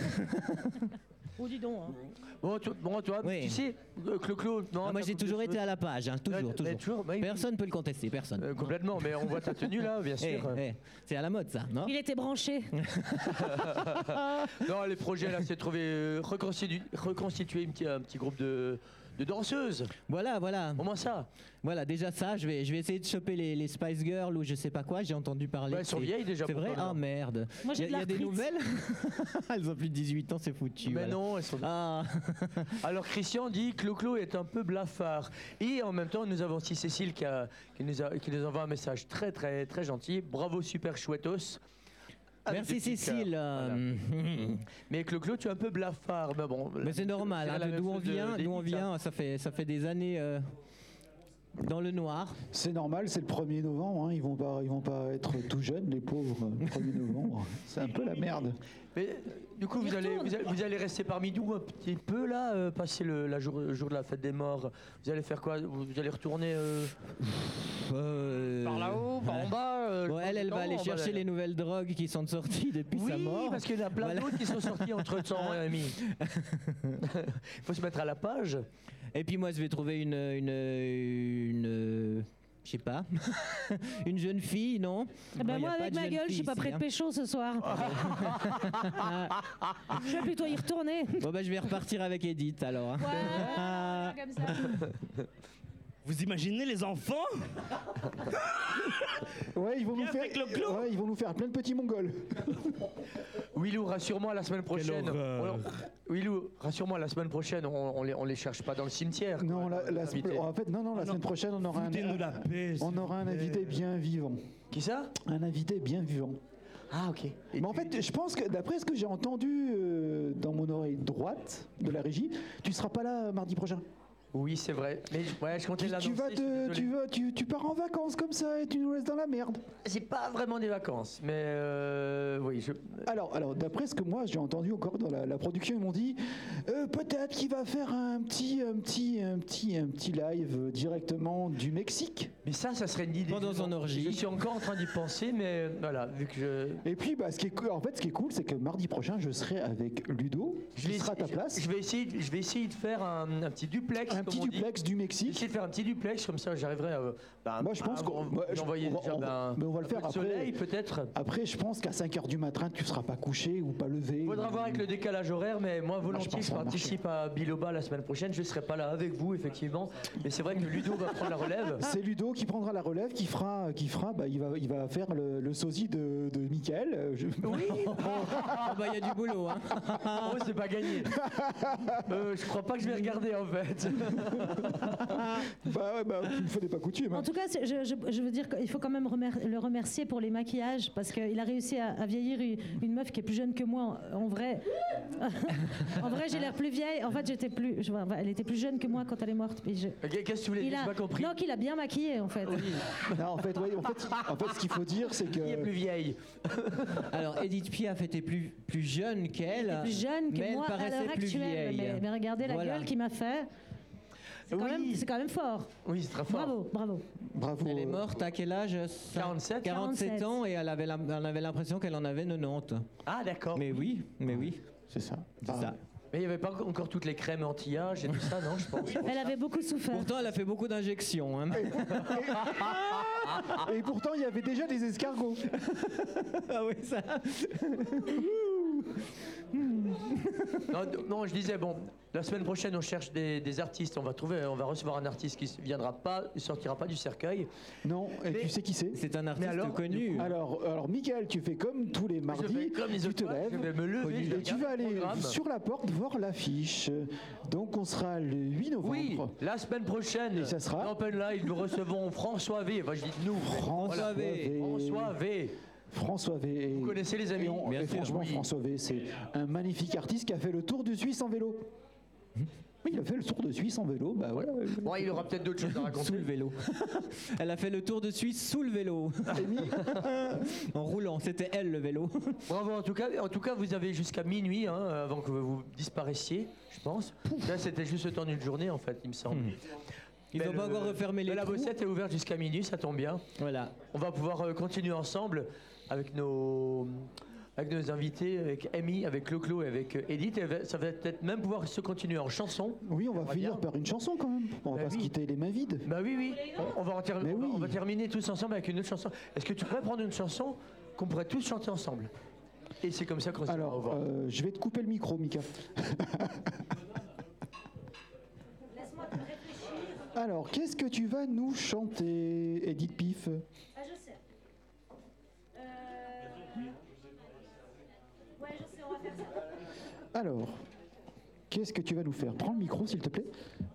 Speaker 7: Oh, dis donc. hein.
Speaker 3: Bon, tu, bon, tu vois, tu sais, euh, Clo-Clo, non.
Speaker 4: Ah, moi,
Speaker 3: t'as
Speaker 4: j'ai
Speaker 3: coupé
Speaker 4: toujours
Speaker 3: les
Speaker 4: été
Speaker 3: cheveux.
Speaker 4: à la page, hein, toujours,
Speaker 3: Ouais, mais Euh,
Speaker 4: toujours. personne ne peut le contester, personne.
Speaker 3: complètement, mais on voit ta tenue, là, bien
Speaker 4: Eh,
Speaker 3: sûr.
Speaker 4: eh, c'est à la mode, ça, non
Speaker 7: Il était branché.
Speaker 3: non, les projets là, c'est de trouver, euh, reconstitu- reconstituer une petit- un petit groupe de, de danseuses.
Speaker 4: Voilà, voilà.
Speaker 3: Au moins ça.
Speaker 4: Voilà, déjà ça, je vais, je vais essayer de choper les, les Spice Girls ou je sais pas quoi, j'ai entendu parler.
Speaker 3: Bah, elles
Speaker 4: que
Speaker 3: sont
Speaker 4: c'est-
Speaker 3: vieilles déjà,
Speaker 4: C'est
Speaker 3: pour
Speaker 4: vrai
Speaker 3: toi,
Speaker 4: Ah
Speaker 3: alors.
Speaker 4: merde.
Speaker 3: Moi,
Speaker 4: Il
Speaker 3: j'ai
Speaker 4: y a,
Speaker 3: de
Speaker 4: il y a des
Speaker 3: l'arthrite.
Speaker 4: nouvelles Elles ont plus de 18 ans, c'est foutu.
Speaker 3: Mais
Speaker 4: voilà.
Speaker 3: Ben non, elles sont.
Speaker 4: Ah.
Speaker 3: Alors Christian dit que Clo-Clo est un peu blafard. Et en même temps, nous avons aussi Cécile qui, a- qui nous, a- qui nous envoie un message très très très gentil. Bravo, super chouettos. Avec
Speaker 4: Merci
Speaker 3: des petits
Speaker 4: Cécile.
Speaker 3: cœurs.
Speaker 4: euh,
Speaker 3: Mais Clo-Clo, tu es un peu blafard. Mais bon.
Speaker 4: Mais c'est normal, hein, d'où on vient, d'où on
Speaker 3: hein.
Speaker 4: vient, ça fait, ça fait des années euh, dans le noir.
Speaker 1: C'est normal, c'est le 1er novembre, hein, ils vont pas, ils vont pas être tout jeunes, les pauvres, euh, le 1er novembre. C'est un peu la merde.
Speaker 3: Mais euh, du coup, vous allez, vous allez, vous allez rester parmi nous un petit peu là, euh, passer le la jour, le jour de la fête des morts. Vous allez faire quoi Vous vous allez retourner euh, par là-haut, par en bas euh,
Speaker 4: Bon,
Speaker 3: le
Speaker 4: elle, elle
Speaker 3: temps,
Speaker 4: va aller
Speaker 3: on
Speaker 4: chercher les nouvelles drogues qui sont sorties depuis
Speaker 3: Oui,
Speaker 4: sa mort.
Speaker 3: parce qu'il y en a plein
Speaker 4: Voilà.
Speaker 3: d'autres qui sont sortis entre temps, ami. Il faut se mettre à la page.
Speaker 4: Et puis moi, je vais trouver une. une, une, euh, je sais pas. une jeune fille, non
Speaker 7: Eh ben moi, avec ma gueule, je suis pas
Speaker 4: hein.
Speaker 7: près de pécho ce soir. je vais plutôt y retourner.
Speaker 4: Bon, bah, je vais repartir avec Edith alors. hein.
Speaker 7: Comme ça.
Speaker 8: Vous imaginez les enfants
Speaker 1: Ouais, ils vont nous faire, ouais, ils vont nous faire plein de petits mongols.
Speaker 3: Willou, rassure-moi la semaine prochaine.
Speaker 1: horreur.
Speaker 3: on- Willou, rassure-moi la semaine prochaine, on, on les, on les cherche pas dans le cimetière.
Speaker 1: Non, la, la sem-
Speaker 3: invité.
Speaker 1: en fait, non, Ah non, la semaine prochaine, on aura un,
Speaker 3: Ah
Speaker 1: euh,
Speaker 3: foutez-nous la
Speaker 8: paix,
Speaker 1: on aura un invité bien vivant.
Speaker 3: Qui ça
Speaker 1: Un invité bien vivant.
Speaker 3: Ah, ok.
Speaker 1: Mais en fait, je pense que d'après ce que j'ai entendu euh, dans mon oreille droite de la régie, tu seras pas là euh, mardi prochain.
Speaker 3: Oui, c'est vrai. Mais je- ouais, je comptais
Speaker 1: Tu, tu
Speaker 3: l'annoncer,
Speaker 1: vas
Speaker 3: je
Speaker 1: te-
Speaker 3: suis désolé.
Speaker 1: tu vas, tu, tu pars en vacances comme ça et tu nous laisses dans la merde.
Speaker 3: C'est pas vraiment des vacances, mais euh, oui, je.
Speaker 1: Alors, alors d'après ce que moi Ah, j'ai entendu encore dans la, la production, ils m'ont dit euh, peut-être qu'il va faire un petit, un petit, un petit, un petit live euh, directement du Mexique.
Speaker 3: Mais ça, ça serait une idée.
Speaker 1: Pendant son orgie.
Speaker 3: Je suis encore en train d'y penser, mais voilà, vu que je.
Speaker 1: Et puis, bah, ce qui est cou- en fait, ce qui est cool, c'est que mardi prochain, je serai avec Ludo.
Speaker 3: Je vais,
Speaker 1: qui sera à ta
Speaker 3: je-
Speaker 1: place.
Speaker 3: Je vais essayer, de- je vais essayer de faire un, un petit duplex.
Speaker 1: Un petit duplex du Mexique.
Speaker 3: Essayer de faire un petit duplex, comme ça j'arriverai à. bah,
Speaker 1: Moi, je pense
Speaker 3: à-
Speaker 1: qu'on
Speaker 3: vous
Speaker 1: moi, je-
Speaker 3: envoyer
Speaker 1: on va-
Speaker 3: déjà,
Speaker 1: on-
Speaker 3: ben,
Speaker 1: mais on va
Speaker 3: un
Speaker 1: le
Speaker 3: peu
Speaker 1: faire
Speaker 3: de
Speaker 1: après.
Speaker 3: soleil, peut-être.
Speaker 1: Après, je pense qu'à 5 h du matin, tu ne seras pas couché ou pas levé.
Speaker 3: Faudra
Speaker 1: ou-
Speaker 3: voir avec le décalage horaire, mais moi
Speaker 1: je pense
Speaker 3: volontiers,
Speaker 1: que
Speaker 3: je,
Speaker 1: ça va
Speaker 3: participe à Biloba la semaine prochaine. Je serai pas là avec vous, effectivement. Mais c'est vrai que Ludo va prendre la relève.
Speaker 1: C'est Ludo qui prendra la relève, qui fera, qui fera, bah, il va, il va faire le, le sosie de, de Michael. euh, je-
Speaker 3: Oui
Speaker 4: Ah, bah, il y a du boulot. Hein.
Speaker 3: Moi, c'est pas gagné. Euh, je crois pas que je vais regarder, en fait.
Speaker 1: bah ouais, bah, il ne fallait pas coutume. hein.
Speaker 7: En tout cas, c'est- je, je- je veux dire qu'il faut quand même remer- le remercier pour les maquillages parce qu'il a réussi à, à vieillir une, une meuf qui est plus jeune que moi. En, en vrai, en vrai, j'ai l'air plus vieille. En fait, j'étais plus, je- enfin, elle était plus jeune que moi quand elle est morte. mais je-
Speaker 3: Qu'est-ce que tu voulais
Speaker 7: il
Speaker 3: dire
Speaker 7: a,
Speaker 3: J'ai pas compris.
Speaker 7: non, qu'il a bien maquillé en fait.
Speaker 1: Non, en fait, ouais, en fait, en fait, ce qu'il faut dire, c'est que.
Speaker 3: Qui est plus vieille
Speaker 4: Alors, Edith Piaf était plus, plus jeune qu'elle.
Speaker 7: Elle était plus jeune que
Speaker 4: mais elle
Speaker 7: moi à
Speaker 4: paraissait
Speaker 7: l'heure
Speaker 4: plus
Speaker 7: actuelle.
Speaker 4: vieille.
Speaker 7: Mais, mais regardez la
Speaker 4: Voilà.
Speaker 7: gueule qu'il m'a fait. C'est quand, même- c'est quand même fort.
Speaker 3: Oui, c'est très fort.
Speaker 7: Bravo, bravo.
Speaker 1: Bravo.
Speaker 4: Elle est morte à quel âge
Speaker 3: 47
Speaker 4: 47 ans et elle avait l'im- elle avait l'impression qu'elle en avait 90.
Speaker 3: Ah, d'accord.
Speaker 4: Mais oui, mais oui.
Speaker 1: C'est ça.
Speaker 4: C'est ça.
Speaker 3: Mais il n'y avait pas encore toutes les crèmes anti-âge et tout ça, non, je pense.
Speaker 7: Elle avait beaucoup souffert.
Speaker 4: Pourtant, elle a fait beaucoup d'injections. hein.
Speaker 1: Et pourtant, il y avait déjà des escargots.
Speaker 4: ah oui, ça.
Speaker 3: Non, d- non, je disais, bon, la semaine prochaine, on cherche des, des artistes. On va trouver, on va recevoir un artiste qui ne viendra pas, il sortira pas du cercueil.
Speaker 1: Non, et tu sais qui c'est
Speaker 4: C'est un artiste
Speaker 3: alors,
Speaker 4: connu.
Speaker 1: Alors, alors, Michael, tu fais comme tous les mardis,
Speaker 3: vais comme les
Speaker 1: tu
Speaker 3: autres
Speaker 1: te
Speaker 3: fois,
Speaker 1: lèves,
Speaker 3: je vais me lever, je vais
Speaker 1: et tu vas
Speaker 3: regarder le
Speaker 1: aller
Speaker 3: programme.
Speaker 1: sur la porte voir l'affiche. Donc, on sera le 8 novembre.
Speaker 3: Oui, la semaine prochaine,
Speaker 1: ça sera
Speaker 3: en Open Live, nous recevons François V. Enfin, je dis nous. mais
Speaker 1: François V.
Speaker 3: François V.
Speaker 1: François V.
Speaker 3: Vous connaissez les amis
Speaker 1: Et, on-
Speaker 3: Bien
Speaker 1: et
Speaker 3: sûr,
Speaker 1: franchement,
Speaker 3: oui. Hum.
Speaker 1: François V, c'est un magnifique artiste qui a fait le tour de Suisse en vélo. Mais il a fait le tour de Suisse en vélo, bah voilà.
Speaker 3: Bon, il aura peut-être d'autres choses à raconter.
Speaker 4: Sous le vélo. elle a fait le tour de Suisse sous le vélo. en roulant, c'était elle le vélo.
Speaker 3: Bravo, en tout cas, en tout cas vous avez jusqu'à minuit hein, avant que vous disparaissiez, je pense. Là, c'était juste le temps d'une journée, en fait, il me semble.
Speaker 1: Hmm.
Speaker 4: Ils
Speaker 3: Mais
Speaker 4: ont
Speaker 3: le-
Speaker 4: pas encore refermé les
Speaker 3: mais La
Speaker 4: trous.
Speaker 3: bossette est ouverte jusqu'à minuit, ça tombe bien.
Speaker 4: Voilà.
Speaker 3: On va pouvoir euh, continuer ensemble avec nos, avec nos invités, avec Amy, avec Clo-Clo et avec euh, Edith. Et va- ça va peut-être même pouvoir se continuer en chanson.
Speaker 1: Oui, on va finir par une chanson quand même. On va pas se quitter les mains vides.
Speaker 3: Bah oui, oui. On, on va, en ter- on va- on va terminer tous ensemble avec une autre chanson. Est-ce que tu pourrais prendre une chanson qu'on pourrait tous chanter ensemble Et c'est comme ça qu'on se dira au
Speaker 1: Alors,
Speaker 3: revoir.
Speaker 1: euh, je vais te couper le micro, Mika. Alors, qu'est-ce que tu vas nous chanter, Edith Pif
Speaker 5: Ah, je sais. Euh... Ouais, je sais, on va faire ça.
Speaker 1: Alors, qu'est-ce que tu vas nous faire Prends le micro, s'il te plaît.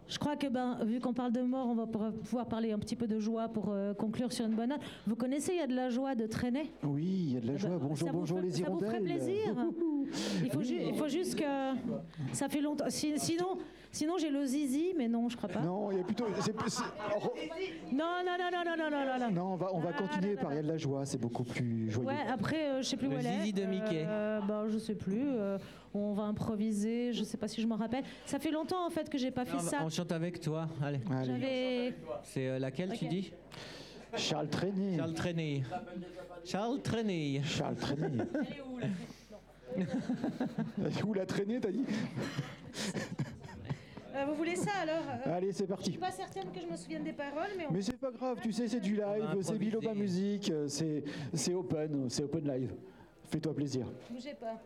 Speaker 7: Je crois que, ben, vu qu'on parle de mort, on va pour- pouvoir parler un petit peu de joie pour euh, conclure sur une bonne note. Vous connaissez, il y a de la joie de traîner. Eh ben,
Speaker 1: Oui, il y a de la joie. bonjour,
Speaker 7: Ça vous
Speaker 1: bonjour
Speaker 7: fe-
Speaker 1: les hirondelles.
Speaker 7: Ça vous ferait plaisir. Il faut, ju- il faut juste que. Ça fait longtemps. Si- sinon, sinon j'ai le zizi, mais non, je crois pas.
Speaker 1: Non, il y a plutôt. c'est- c'est- oh,
Speaker 7: Non, non, non, non, non, non, non, non.
Speaker 1: Non, on va, on va continuer par il y a de la joie, c'est beaucoup plus joyeux.
Speaker 7: Ouais, après, euh, je sais plus
Speaker 1: Le
Speaker 7: où elle est.
Speaker 1: zizi de Mickey.
Speaker 7: Euh, ben, je sais plus. euh, on va improviser. Je sais pas si je m'en rappelle. Ça fait longtemps en fait que j'ai pas fait
Speaker 4: On, va-
Speaker 7: ça.
Speaker 4: bah, on chante avec toi. Allez.
Speaker 7: J'avais.
Speaker 4: C'est euh, laquelle tu
Speaker 7: Ok.
Speaker 4: dis
Speaker 1: Charles Traîné.
Speaker 4: Charles Traîné. Charles Traîné.
Speaker 1: Charles Traîné. Où la traînée, t'as dit
Speaker 7: Euh, vous voulez ça alors Euh,
Speaker 1: Allez, c'est
Speaker 7: Je
Speaker 1: parti.
Speaker 7: suis pas certaine que je me souvienne des paroles, mais on-
Speaker 1: Mais c'est pas grave, tu sais, c'est du live, c'est Biloba Musique, euh, c'est c'est open, c'est open live. Fais-toi plaisir.
Speaker 5: Bougez pas.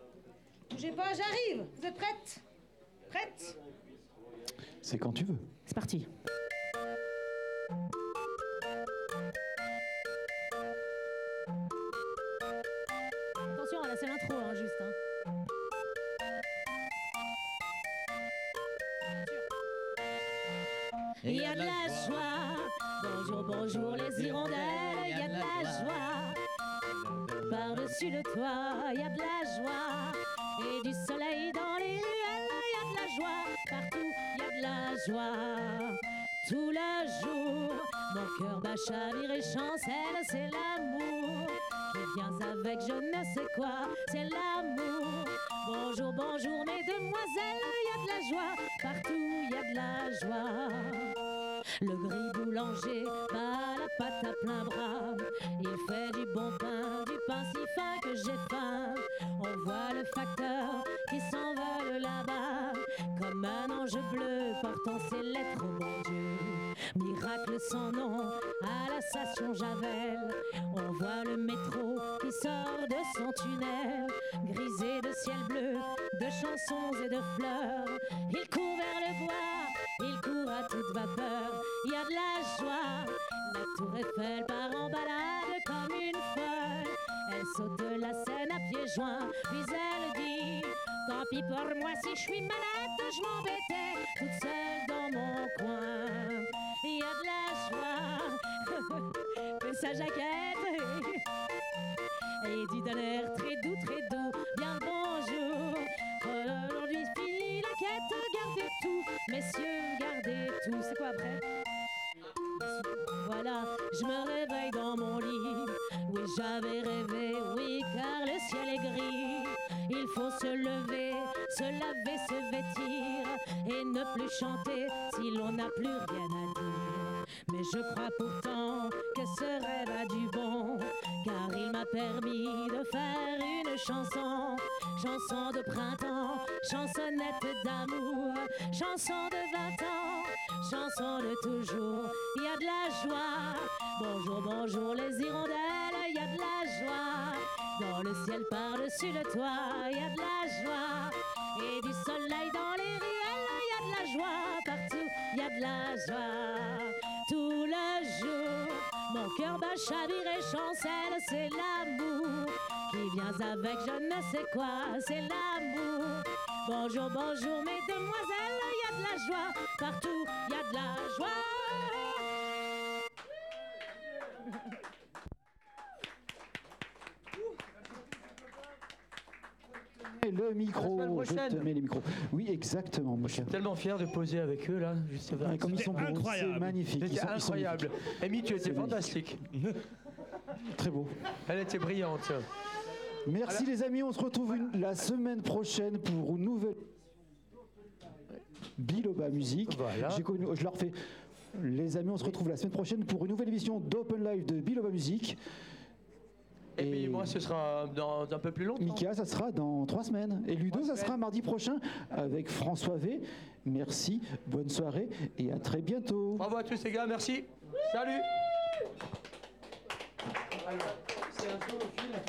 Speaker 5: Bougez pas, j'arrive. Vous êtes prête Prête
Speaker 1: C'est quand tu veux.
Speaker 7: C'est parti. Attention, là c'est l'intro, hein, juste. hein.
Speaker 5: Il y a de la joie. Bonjour, bonjour les hirondelles. Il y a de la joie. Par-dessus le toit, il y a de la joie. Et du soleil dans les ruelles, il y a de la joie. Partout, il y a de la joie. Tout le jour, mon cœur bat chavire et chancelle. C'est l'amour qui vient avec je ne sais quoi. C'est l'amour. Bonjour, bonjour, mesdemoiselles. Il y a de la joie. Partout, il y a de la joie. Le gris boulanger bat la pâte à plein bras. Il fait du bon pain, du pain si fin que j'ai faim. On voit le facteur qui s'envole là-bas, comme un ange bleu portant ses lettres, oh mon Dieu. Miracle sans nom à la station Javel. On voit le métro qui sort de son tunnel, grisé de ciel bleu, de chansons et de fleurs. Il court vers le bois, il court à toute vapeur. Il y a de la joie, la tour Eiffel part en balade comme une folle. Elle saute de la scène à pieds joints, puis elle dit Tant pis pour moi si je suis malade, je m'embêtais toute seule dans mon coin. Il y a de la joie, fais sa jaquette. Et dit d'un air très doux, très doux, bien le bonjour. Aujourd'hui finit la quête, gardez tout, messieurs, gardez tout. C'est quoi après voilà, je me réveille dans mon lit. Oui, j'avais rêvé, oui, car le ciel est gris. Il faut se lever, se laver, se vêtir et ne plus chanter si l'on n'a plus rien à dire. Mais je crois pourtant que ce rêve a du bon, car il m'a permis de faire une chanson, chanson de printemps, chansonnette d'amour, chanson de 20 ans, chanson de toujours. Il y a de la joie, bonjour, bonjour les hirondelles, il y a de la joie. Dans le ciel par-dessus le toit, il y a de la joie. Et du soleil dans les ruelles, il y a de la joie. Partout, il y a de la joie. Tout le jour, mon cœur bat chavire et chancelle. C'est l'amour qui vient avec je ne sais quoi. C'est l'amour. Bonjour, bonjour, mesdemoiselles, il y a de la joie. Partout, il y a de la joie.
Speaker 1: Et le micro. Je te mets les micros. Oui, exactement, mon cher.
Speaker 3: Tellement fier de poser avec eux là. Je sais pas.
Speaker 1: Ouais, comme ils sont
Speaker 3: C'était
Speaker 1: beaux,
Speaker 3: incroyable.
Speaker 1: c'est magnifique.
Speaker 3: C'était
Speaker 1: Ils sont- ils sont
Speaker 3: incroyable. Amy, tu étais
Speaker 1: C'est
Speaker 3: fantastique.
Speaker 1: Très beau.
Speaker 3: Elle était brillante.
Speaker 1: Merci les amis, on se retrouve une- la semaine prochaine pour une nouvelle Biloba Musique. J'ai connu- je leur fais. Les amis, on se retrouve la semaine prochaine pour une nouvelle émission d'Open Live de Biloba Musique.
Speaker 3: Et, puis moi, ce sera dans un peu plus longtemps.
Speaker 1: Mika, ça sera dans trois semaines. Et Ludo, ça sera mardi prochain avec François V. Merci, bonne soirée et à très bientôt.
Speaker 3: Bravo à tous les gars, merci. Salut.